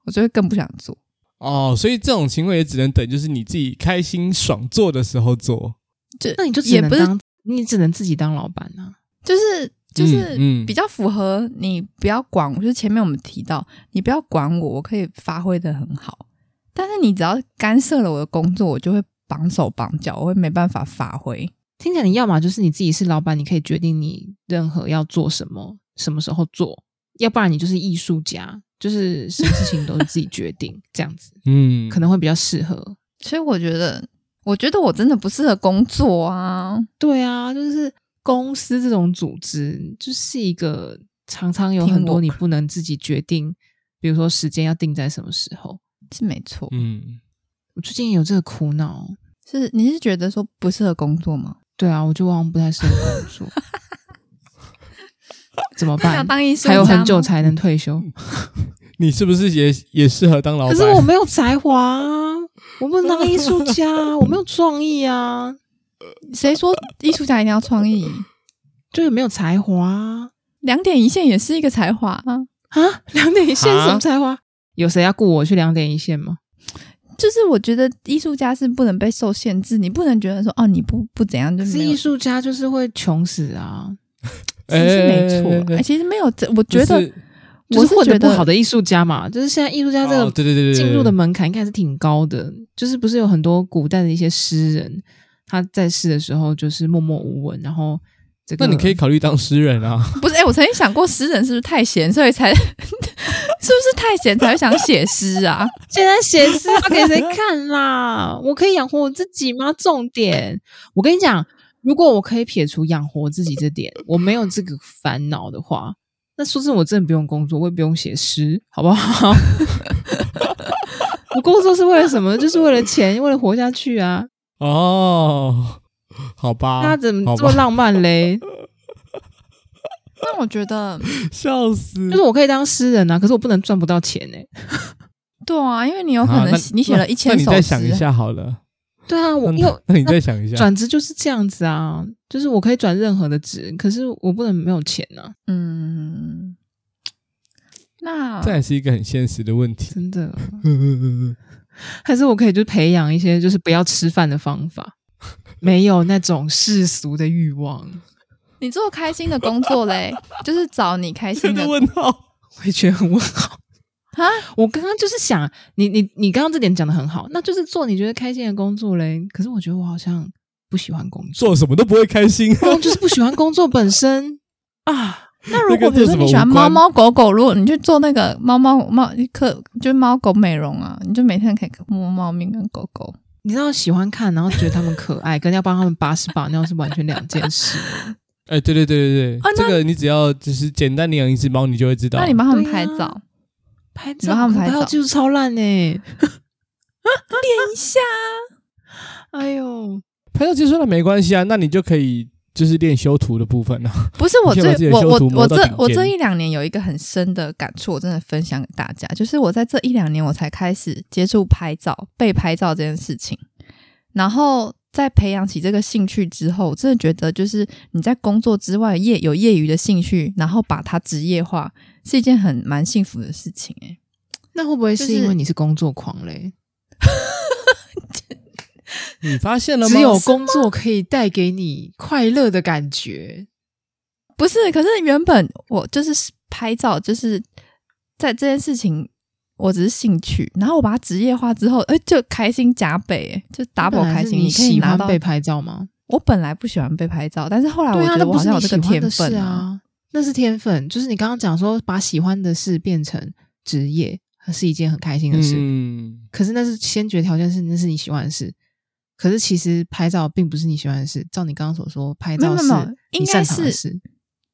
Speaker 3: 我就会更不想做。
Speaker 2: 哦，所以这种行为也只能等，就是你自己开心爽做的时候做。
Speaker 3: 就
Speaker 1: 那你就只
Speaker 3: 也
Speaker 1: 能
Speaker 3: 不是
Speaker 1: 当，你只能自己当老板啊。
Speaker 3: 就是就是
Speaker 2: 嗯嗯
Speaker 3: 比较符合你不要管我，就是前面我们提到你不要管我，我可以发挥的很好，但是你只要干涉了我的工作，我就会绑手绑脚，我会没办法发挥。
Speaker 1: 听起来你要么就是你自己是老板，你可以决定你任何要做什么、什么时候做；要不然你就是艺术家，就是什么事情都是自己决 定，这样子
Speaker 2: 嗯，
Speaker 1: 可能会比较适合。
Speaker 3: 所以我觉得，我觉得我真的不适合工作啊。
Speaker 1: 对啊，就是公司这种组织，就是一个常常有很多
Speaker 3: Teamwork
Speaker 1: 你不能自己决定，比如说时间要定在什么时候。
Speaker 3: 是没错，
Speaker 2: 嗯，
Speaker 1: 我最近也有这个苦恼，
Speaker 3: 是你是觉得说不适合工作吗？
Speaker 1: 对啊，我就好像不太适合工 作，怎么
Speaker 3: 你 想
Speaker 1: 办？
Speaker 3: 当艺术家
Speaker 1: 还有很久
Speaker 3: 吗
Speaker 1: 才能退休。
Speaker 2: 你是不是也也适合当老
Speaker 1: 可
Speaker 2: 板？
Speaker 1: 是我没有才华啊，我不能当艺术家 啊，我没有创意啊，
Speaker 3: 谁说艺术家一定要创意？
Speaker 1: 就也没有才华啊。
Speaker 3: 两点一线也是一个才华啊。
Speaker 1: 啊两点一线是什
Speaker 2: 啊
Speaker 1: 么才华？有谁要雇我去两点一线吗？
Speaker 3: 就是我觉得艺术家是不能被受限制，你不能觉得说哦你不不怎样就
Speaker 1: 可是
Speaker 3: 没有
Speaker 1: 艺术家就是会穷死啊，
Speaker 3: 其实没错
Speaker 2: 哎哎哎哎
Speaker 3: 哎，其实没有这，我
Speaker 2: 就
Speaker 3: 觉得
Speaker 2: 是
Speaker 1: 就
Speaker 3: 我
Speaker 1: 是混
Speaker 3: 觉
Speaker 1: 得不
Speaker 3: 得
Speaker 1: 好的艺术家嘛。就是现在艺术家这
Speaker 2: 哦
Speaker 1: 个
Speaker 2: 对对对对
Speaker 1: 进入的门槛应该是挺高的，就是不是有很多古代的一些诗人，他在世的时候就是默默无闻，然后这个
Speaker 2: 那你可以考虑当诗人啊，
Speaker 3: 不是哎、我曾经想过诗人是不是太闲，所以才 是不是太闲才会想写诗啊？
Speaker 1: 现在写诗发给谁看啦？我可以养活我自己吗？重点，我跟你讲，如果我可以撇除养活自己这点，我没有这个烦恼的话，那说真的，我真的不用工作，我也不用写诗，好不好？我工作是为了什么？就是为了钱，为了活下去啊！
Speaker 2: 哦，好吧，
Speaker 1: 大家怎么
Speaker 2: 好
Speaker 1: 这么
Speaker 2: 吧，
Speaker 1: 浪漫嘞？
Speaker 3: 那我觉得
Speaker 2: 笑死
Speaker 1: 就是！我可以当诗人啊，可是我不能赚不到钱哎、
Speaker 3: 对啊，因为你有可
Speaker 2: 啊
Speaker 3: 能、
Speaker 2: 那
Speaker 3: 你写了
Speaker 2: 那
Speaker 3: 一千
Speaker 2: 那你
Speaker 3: 首
Speaker 2: 再
Speaker 3: 诗
Speaker 2: 想一，下好了。
Speaker 1: 对啊，我
Speaker 2: 那
Speaker 1: 因为
Speaker 2: 那你再想一下，
Speaker 1: 转职就是这样子啊，就是我可以转任何的职，可是我不能没有钱啊。
Speaker 3: 嗯，那
Speaker 2: 这也是一个很现实的问题。
Speaker 1: 真的， 还是我可以就培养一些就是不要吃饭的方法，没有那种世俗的欲望。
Speaker 3: 你做开心的工作嘞， 就是找你开心
Speaker 2: 真
Speaker 3: 的
Speaker 2: 的问号，
Speaker 1: 我也觉得很问号。
Speaker 3: 啊，
Speaker 1: 我刚刚就是想，你你你刚刚这点讲的很好，那就是做你觉得开心的工作嘞。可是我觉得我好像不喜欢工作，
Speaker 2: 做什么都不会开心。
Speaker 1: 工就是不喜欢工作本身啊。
Speaker 3: 那 如
Speaker 2: 那
Speaker 3: 果
Speaker 2: 跟
Speaker 3: 比
Speaker 2: 这
Speaker 3: 如说
Speaker 2: 什么
Speaker 3: 你喜欢
Speaker 2: 无
Speaker 3: 猫
Speaker 2: 关
Speaker 3: 猫狗狗，如果你去做那个猫猫猫可就是猫狗美容啊，你就每天可以摸猫咪跟狗狗。
Speaker 1: 你知道喜欢看，然后觉得他们可爱，跟要帮他们把屎把尿是完全两件事。
Speaker 2: 哎，对对对对
Speaker 3: 啊
Speaker 2: 对，这个你只要就是简单领养一只猫，你就会知道。
Speaker 3: 那你帮他们
Speaker 1: 对
Speaker 3: 拍
Speaker 1: 啊
Speaker 3: 照，
Speaker 1: 拍
Speaker 3: 你帮他
Speaker 1: 照，
Speaker 3: 们
Speaker 1: 可
Speaker 3: 拍
Speaker 1: 拍
Speaker 3: 照
Speaker 1: 照技术超烂呢、
Speaker 3: 一下，
Speaker 1: 哎呦，
Speaker 2: 拍照结束了没关系啊，那你就可以就是练修图的部分啊。
Speaker 3: 不是我
Speaker 2: 你先把自己
Speaker 3: 最
Speaker 2: 的
Speaker 3: 我
Speaker 2: 修
Speaker 3: 我
Speaker 2: 图
Speaker 3: 我
Speaker 2: 磨到
Speaker 3: 这
Speaker 2: 顶
Speaker 3: 我这
Speaker 2: 尖
Speaker 3: 一两年有一个很深的感触，我真的分享给大家，就是我在这一两年我才开始接触拍照、被拍照这件事情，然后在培养起这个兴趣之后，我真的觉得就是你在工作之外业有业余的兴趣，然后把它职业化，是一件很蛮幸福的事情哎、
Speaker 1: 那会不会
Speaker 3: 就是
Speaker 1: 因为你是工作狂嘞？
Speaker 2: 你发现了吗？
Speaker 1: 只有工作可以带给你快乐的感觉，
Speaker 3: 不是，可是原本我就是拍照，就是在这件事情，我只是兴趣，然后我把它职业化之后，哎、就开心加倍、哎就 double
Speaker 1: 本来
Speaker 3: 开
Speaker 1: 是
Speaker 3: 心。
Speaker 1: 你
Speaker 3: 可以
Speaker 1: 喜
Speaker 3: 拿
Speaker 1: 欢
Speaker 3: 到
Speaker 1: 被拍照吗？
Speaker 3: 我本来不喜欢被拍照，但是后来我
Speaker 1: 对
Speaker 3: 觉
Speaker 1: 啊，
Speaker 3: 得
Speaker 1: 那
Speaker 3: 我
Speaker 1: 不
Speaker 3: 好
Speaker 1: 是
Speaker 3: 像有
Speaker 1: 你喜
Speaker 3: 这个
Speaker 1: 欢
Speaker 3: 天
Speaker 1: 的
Speaker 3: 分
Speaker 1: 事。啊，那是天分。就是你刚刚讲说，把喜欢的事变成职业，是一件很开心的事。
Speaker 2: 嗯，
Speaker 1: 可是那是先决条件是那是你喜欢的事。可是其实拍照并不是你喜欢的事，照你刚刚所说，拍
Speaker 3: 没有
Speaker 1: 照
Speaker 3: 没有
Speaker 1: 是
Speaker 3: 没有，
Speaker 1: 你
Speaker 3: 应该
Speaker 1: 擅长的
Speaker 3: 是
Speaker 1: 事。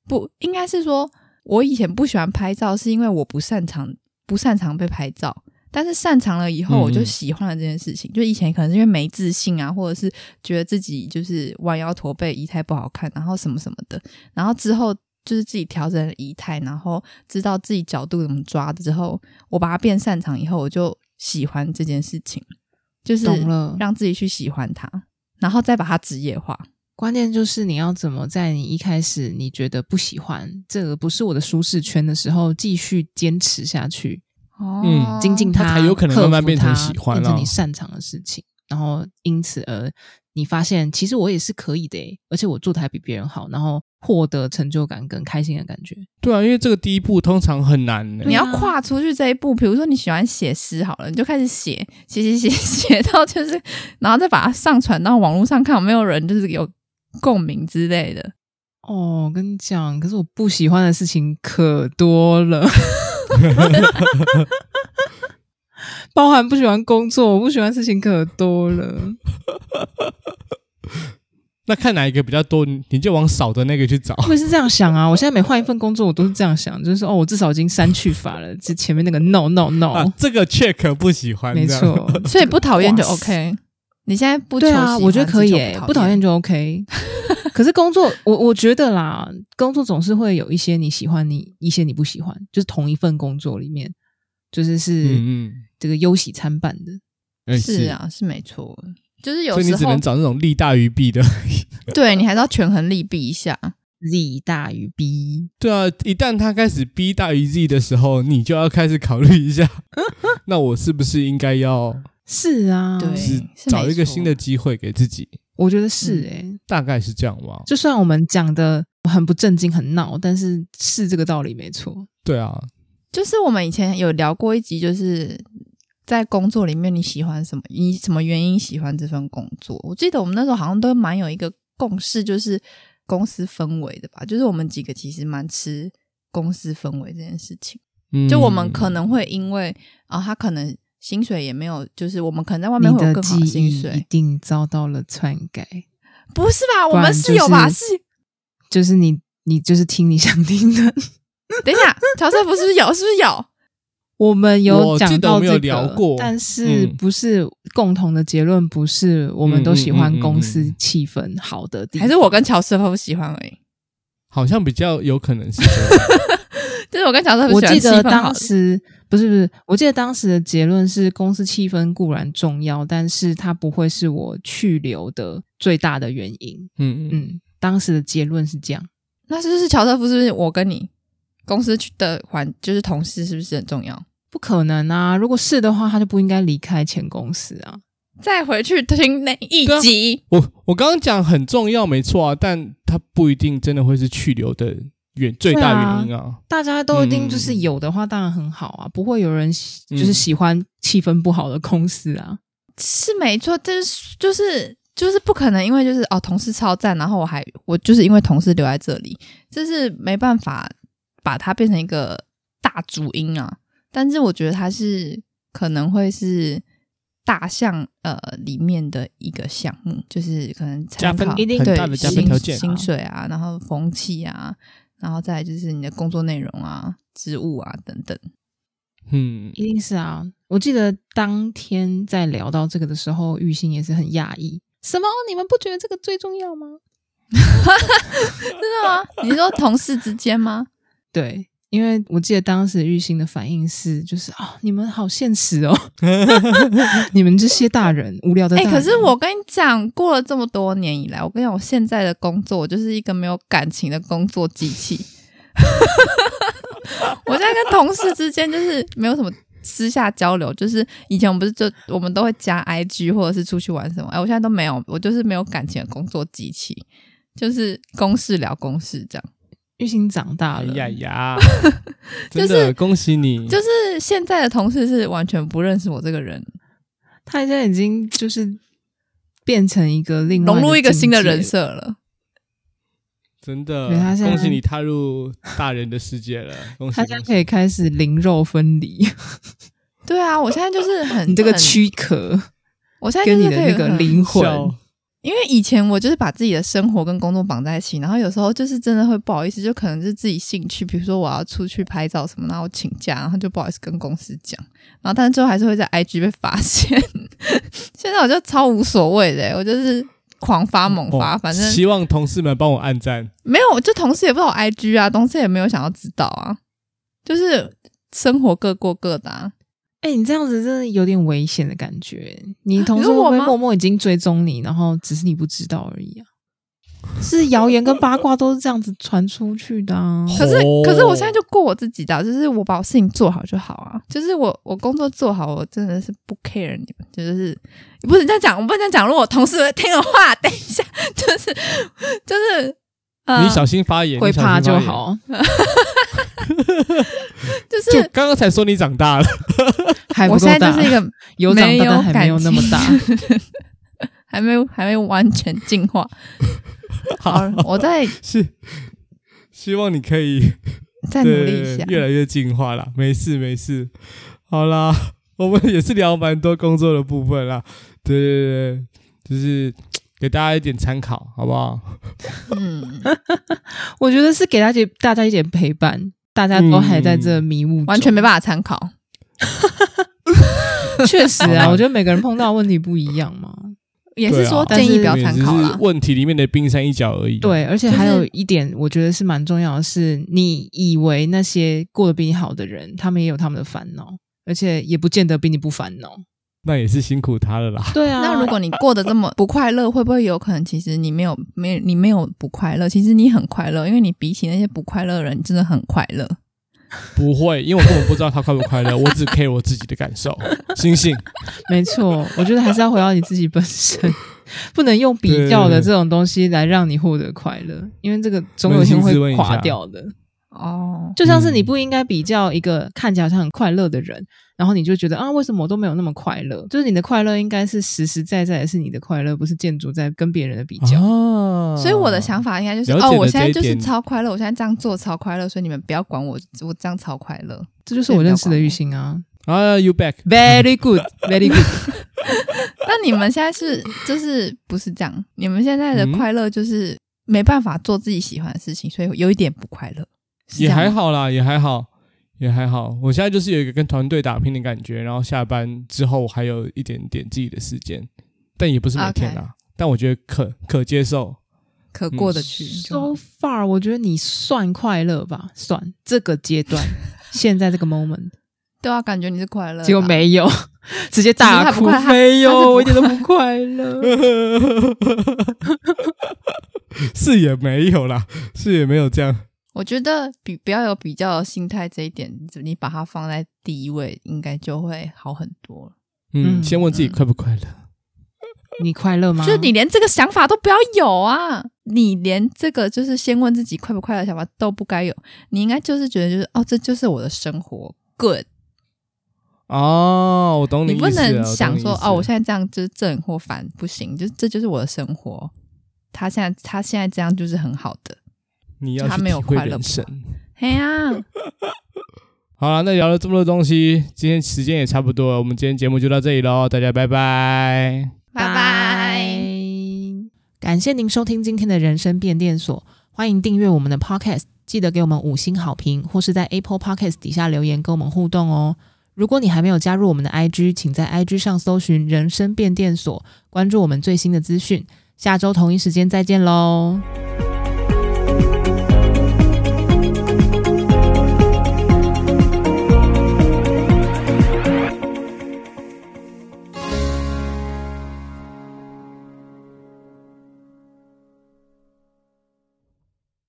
Speaker 3: 不应该是说，我以前不喜欢拍照，是因为我不擅长不擅长被拍照。但是擅长了以后，
Speaker 2: 嗯
Speaker 3: 我就喜欢了这件事情。就以前可能是因为没自信啊，或者是觉得自己就是弯腰驼背、仪态不好看，然后什么什么的。然后之后就是自己调整了仪态，然后知道自己角度怎么抓的之后，我把它变擅长以后，我就喜欢这件事情，就是
Speaker 1: 懂了
Speaker 3: 让自己去喜欢它，然后再把它职业化。
Speaker 1: 关键就是你要怎么在你一开始你觉得不喜欢这个不是我的舒适圈的时候，继续坚持下去，
Speaker 3: 哦
Speaker 2: 嗯
Speaker 1: 精进它，
Speaker 2: 它才有可能
Speaker 1: 克服
Speaker 2: 慢慢变成
Speaker 1: 它
Speaker 2: 喜欢
Speaker 1: 变成
Speaker 2: 啊
Speaker 1: 你擅长的事情。然后因此而你发现，其实我也是可以的欸、而且我做的还比别人好，然后获得成就感跟开心的感觉。
Speaker 2: 对啊，因为这个第一步通常很难呢、
Speaker 3: 你要
Speaker 1: 对啊
Speaker 3: 跨出去这一步，比如说你喜欢写诗好了，你就开始写 写写写写到就是，然后再把它上传到网络上看有没有人就是有共鸣之类的。
Speaker 1: 哦，我跟你讲，可是我不喜欢的事情可多了， 包含不喜欢工作，我不喜欢的事情可多了。
Speaker 2: 那看哪一个比较多，你你就往少的那个去找。
Speaker 1: 我也是这样想啊，我现在每换一份工作，我都是这样想，就是哦，我至少已经删去法了，这前面那个 no no
Speaker 2: 啊
Speaker 1: no，，
Speaker 2: 这个 check 不喜欢，
Speaker 1: 没
Speaker 2: 这样。
Speaker 1: 错，
Speaker 3: 所以不讨厌就
Speaker 1: 哦哇塞
Speaker 3: OK。你现在不求
Speaker 1: 对啊，
Speaker 3: 喜
Speaker 1: 我觉得
Speaker 3: 欢
Speaker 1: 可以
Speaker 3: 只求
Speaker 1: 欸、
Speaker 3: 不
Speaker 1: 不讨厌。就 OK。可是工作，我我觉得啦，工作总是会有一些你喜欢你，一些你不喜欢，就是同一份工作里面，就是是
Speaker 2: 嗯
Speaker 1: 这个忧喜参半的。
Speaker 2: 嗯，哎
Speaker 3: 是，啊，是没错，就是有
Speaker 2: 所以你
Speaker 3: 时
Speaker 2: 只
Speaker 3: 候
Speaker 2: 能找那种利大于弊的。
Speaker 3: 对你还是要权衡利弊一下。
Speaker 1: 利大于弊，
Speaker 2: 对啊，一旦它开始 B 大于 Z 的时候，你就要开始考虑 一下，那我是不是应该要
Speaker 1: 是啊，
Speaker 3: 对
Speaker 2: 就是
Speaker 3: 哎是没
Speaker 2: 找一个
Speaker 3: 错
Speaker 2: 新的机会给自己？
Speaker 1: 我觉得是
Speaker 3: 嗯
Speaker 1: 哎、
Speaker 2: 大概是这样吧。
Speaker 1: 就算我们讲的很不正经、很闹，但是是这个道理没错。
Speaker 2: 对啊，
Speaker 3: 就是我们以前有聊过一集，就是在工作里面你喜欢什么，你什么原因喜欢这份工作？我记得我们那时候好像都蛮有一个共识，就是公司氛围的吧，就是我们几个其实蛮吃公司氛围这件事情。
Speaker 2: 嗯
Speaker 3: 就我们可能会因为啊，他可能薪水也没有，就是我们可能在外面
Speaker 1: 你
Speaker 3: 会有
Speaker 1: 的
Speaker 3: 更好
Speaker 1: 记
Speaker 3: 的薪
Speaker 1: 忆一
Speaker 3: 水，
Speaker 1: 定遭到了篡改，
Speaker 3: 不是吧？我
Speaker 1: 不
Speaker 3: 们
Speaker 1: 然
Speaker 3: 是
Speaker 1: 就
Speaker 3: 有吧？
Speaker 1: 是
Speaker 3: 是
Speaker 1: 就是你，你就是听你想听的。
Speaker 3: 等 一下，乔瑟夫是不是有？是不是有？
Speaker 1: 我们有
Speaker 2: 我
Speaker 1: 讲
Speaker 2: 记得我
Speaker 1: 到
Speaker 2: 们
Speaker 1: 这个，
Speaker 2: 有聊过
Speaker 1: 但是
Speaker 2: 嗯
Speaker 1: 不是共同的结论？不是我
Speaker 2: 嗯
Speaker 1: 们都
Speaker 2: 嗯
Speaker 1: 喜
Speaker 2: 嗯
Speaker 1: 欢
Speaker 2: 嗯
Speaker 1: 公
Speaker 2: 嗯
Speaker 1: 司气氛好的地方，
Speaker 3: 还是我跟乔瑟夫喜欢而已？
Speaker 2: 好像比较有可能是这 样。
Speaker 3: 就是我跟乔瑟夫
Speaker 1: 我
Speaker 3: 喜欢
Speaker 1: 记得
Speaker 3: 气氛好
Speaker 1: 当
Speaker 3: 的
Speaker 1: 时不是不是，我记得当时的结论是，公司气氛固然重要，但是它不会是我去留的最大的原因。
Speaker 2: 嗯嗯，
Speaker 1: 嗯，当时的结论是这样。
Speaker 3: 那是不是乔瑟夫？是不是我跟你公司去的环就是同事是不是很重要？
Speaker 1: 不可能啊！如果是的话，他就不应该离开前公司啊。
Speaker 3: 再回去听那一
Speaker 2: 对啊
Speaker 3: 集，
Speaker 2: 我我刚刚讲很重要，没错啊，但它不一定真的会是去留的原最大原因啊。
Speaker 1: 大家都一定就是
Speaker 2: 嗯
Speaker 1: 有的话，当然很好啊，不会有人喜就是
Speaker 2: 嗯
Speaker 1: 喜欢气氛不好的公司啊。
Speaker 3: 是没错，但是就是就是不可能，因为就是哦，同事超赞，然后我还我就是因为同事留在这里，这是没办法把它变成一个大主因啊。但是我觉得它是可能会是大项呃里面的一个项目，就是可能参
Speaker 2: 加分
Speaker 3: 考
Speaker 1: 一定
Speaker 2: 很
Speaker 3: 对
Speaker 2: 大的加分
Speaker 3: 薪
Speaker 2: 条件啊
Speaker 3: 薪水啊，然后风气啊，然后再来就是你的工作内容啊、职务啊等等。
Speaker 2: 嗯，
Speaker 1: 一定是啊！我记得当天在聊到这个的时候，玉兴也是很讶异，什么？你们不觉得这个最重要 吗？
Speaker 3: 真的吗？你说同事之间吗？
Speaker 1: 对，因为我记得当时玉兴的反应是，就是啊、你们好现实 哦，你们这些大人无聊的大
Speaker 3: 哎、
Speaker 1: 人。
Speaker 3: 可是我跟你讲，过了这么多年以来，我跟你讲，我现在的工作，我就是一个没有感情的工作机器。 我现在跟同事之间就是没有什么私下交流，就是以前我们不是就我们都会加 IG 或者是出去玩什么，哎、我现在都没有，我就是没有感情的工作机器，就是公事聊公事这样。
Speaker 1: 玉兴长大
Speaker 2: 哎
Speaker 1: 了，
Speaker 2: 呀 呀，
Speaker 3: 就
Speaker 2: 真
Speaker 3: 是
Speaker 2: 的恭喜你，
Speaker 3: 就是现在的同事是完全不认识我这个人，
Speaker 1: 他现在已经就是变成一个另外
Speaker 3: 融入一个
Speaker 1: 境
Speaker 3: 新的
Speaker 1: 界
Speaker 3: 人设了。
Speaker 2: 真的
Speaker 1: 对他现在
Speaker 2: 恭喜你踏入大人的世界了，恭喜
Speaker 1: 他
Speaker 2: 恭
Speaker 1: 现在
Speaker 2: 喜
Speaker 1: 可以开始零肉分离，
Speaker 3: 对啊，我现在就是很
Speaker 1: 你这个
Speaker 3: 很
Speaker 1: 躯壳
Speaker 3: 我现在就
Speaker 1: 跟你
Speaker 3: 是
Speaker 1: 的
Speaker 3: 可以
Speaker 1: 那个
Speaker 3: 很
Speaker 1: 灵魂，
Speaker 2: 笑
Speaker 3: 因为以前我就是把自己的生活跟工作绑在一起，然后有时候就是真的会不好意思，就可能是自己兴趣，比如说我要出去拍照什么，然后我请假，然后就不好意思跟公司讲，然后但是最后还是会在 IG 被发现。现在我就超无所谓的、我就是狂发猛发，
Speaker 2: 哦
Speaker 3: 反正
Speaker 2: 希望同事们帮我按赞。
Speaker 3: 没有，就同事也不知道我 IG 啊，同事也没有想要知道啊，就是生活各过各的、啊。
Speaker 1: 哎、你这样子真的有点危险的感觉。你同事
Speaker 3: 你
Speaker 1: 会
Speaker 3: 说我
Speaker 1: 不会
Speaker 3: 吗
Speaker 1: 默默已经追踪你，然后只是你不知道而已啊？是谣言跟八卦都是这样子传出去的 啊。
Speaker 3: 可是
Speaker 2: 哦，
Speaker 3: 可是我现在就过我自己的啊，就是我把我事情做好就好啊。就是我我工作做好，我真的是不 care 你们。就是不是这样讲，我不能这样讲。如果我同事会听的话， 等一下就是就是呃
Speaker 2: 你，小心发言，
Speaker 1: 嗯会
Speaker 2: 你小心
Speaker 1: 怕就
Speaker 2: 发言。
Speaker 1: 好，
Speaker 3: 就是
Speaker 2: 就刚刚才说你长大了，
Speaker 1: 还不
Speaker 3: 我
Speaker 1: 够
Speaker 3: 现在
Speaker 1: 大
Speaker 3: 就，是一个
Speaker 1: 有长大但还没
Speaker 3: 感
Speaker 1: 有那么大。
Speaker 3: 情，还没有还没有完全进 化。好，我再
Speaker 2: 是希望你可以
Speaker 3: 再努力一下
Speaker 2: 对。越来越进化啦。没事没事，好啦， 我们也是聊蛮多工作的部分啦。对对对，就是给大家一点参考，好不好？
Speaker 3: 嗯，
Speaker 1: 我觉得是给大家大家一点陪伴，大家都还在这迷雾、
Speaker 3: 嗯完全没办法参考。
Speaker 1: 法。确实
Speaker 2: 好
Speaker 1: 啊，
Speaker 2: 吧
Speaker 1: 我觉得每个人碰到的问题不一样嘛。
Speaker 3: 也是说
Speaker 2: 对啊
Speaker 3: 建议不要
Speaker 2: 你
Speaker 3: 参
Speaker 2: 只
Speaker 3: 考
Speaker 2: 是
Speaker 3: 啦。
Speaker 2: 问题里面的冰山一角而已。，
Speaker 1: 对，而且
Speaker 3: 就是
Speaker 1: 还有一点，我觉得是蛮重要的是，你以为那些过得比你好的人，他们也有他们的烦恼，而且也不见得比你不烦恼。
Speaker 2: 那也是辛苦他了 啦。
Speaker 1: 对啊，
Speaker 3: 那 如果你过得这么不快乐，会不会有可能其实你没有没有你没有不快乐，其实你很快乐，因为你比起那些不快乐的人，你真的很快乐。
Speaker 2: 不会，因为我根本不知道他快不快乐，我只 care 我自己的感 受。星星，
Speaker 1: 没错，我觉得还是要回到你自己本身，不能用比较的这种东西来让你获得快乐，因为这个总有一天
Speaker 2: 扪心自问
Speaker 1: 会
Speaker 2: 一下嗯
Speaker 1: 垮掉的。
Speaker 3: 哦，
Speaker 1: 就像是你不应该比较一个看起来好像很快乐的人，然后你就觉得啊，为什么我都没有那么快乐？就是你的快乐应该是实实在在的是你的快乐，不是建筑在跟别人的比较。
Speaker 2: 啊
Speaker 3: 所以我的想法应该就是
Speaker 2: 了解
Speaker 3: 哦，
Speaker 2: 了
Speaker 3: 我现在
Speaker 2: 这
Speaker 3: 就
Speaker 2: 一
Speaker 3: 是
Speaker 2: 点
Speaker 3: 超快乐，我现在这样做超快乐，所以你们不要管我，我这样超快乐。
Speaker 1: 这就是我认识的玉兴啊
Speaker 2: 啊，you back，
Speaker 1: ，very good，very good。
Speaker 3: 那你们现在是就是不是这样？你们现在的
Speaker 2: 嗯
Speaker 3: 快乐就是没办法做自己喜欢的事情，所以有一点不快乐，是这
Speaker 2: 也
Speaker 3: 样吗
Speaker 2: 还。好啦，也还好，也还好。我现在就是有一个跟团队打拼的感觉，然后下班之后还有一点点自己的时间，但也不是每天啦。但我觉得可可接 受，
Speaker 3: 可过
Speaker 2: 嗯
Speaker 3: 得去就好。
Speaker 1: So far，我觉得你算快乐吧，算这个阶 段，现在这个 moment，呃
Speaker 3: 对啊，感觉你是快乐的啊，
Speaker 1: 结果没有，直接
Speaker 3: 其实
Speaker 1: 大
Speaker 3: 他不
Speaker 1: 哭
Speaker 3: 快，他
Speaker 1: 没
Speaker 3: 他是
Speaker 1: 有，
Speaker 3: 不
Speaker 1: 我一点都不快乐。
Speaker 2: 是也没有啦，是也没有这样。
Speaker 3: 我觉得比不要有比较的心态这一点，你把它放在第一位，应该就会好很多了。
Speaker 2: 嗯，
Speaker 1: 嗯
Speaker 2: 先问自己
Speaker 3: 嗯
Speaker 2: 快不快乐。
Speaker 1: 你快乐吗？
Speaker 3: 就是你连这个想法都不要有啊！你连这个就是先问自己快不快乐的想法都不该有，你应该就是觉得就是哦，这就是我的生活，good。
Speaker 2: 哦，我懂
Speaker 3: 你
Speaker 2: 意思
Speaker 3: 不
Speaker 2: 了。
Speaker 3: 能想说哦，我
Speaker 2: 在
Speaker 3: 现在这样就是正或反，不行，就这就是我的生活。他现在他现在这样就是很好的，
Speaker 2: 你要
Speaker 3: 他
Speaker 2: 去
Speaker 3: 没有
Speaker 2: 体会
Speaker 3: 快乐
Speaker 2: 人
Speaker 3: 不
Speaker 2: 生。
Speaker 3: 嘿呀、
Speaker 2: 好了，那聊了这么多东西，今天时间也差不多了，我们今天节目就到这里喽，大家拜拜。
Speaker 3: 拜拜。。
Speaker 1: 感谢您收听今天的人生变电所，欢迎订阅我们的 Podcast，记得给我们五星好评，或是在 Apple Podcast 底下留言跟我们互动哦。如果你还没有加入我们的 IG，请在 IG 上搜寻“人生变电所”，关注我们最新的资讯。下周同一时间再见喽！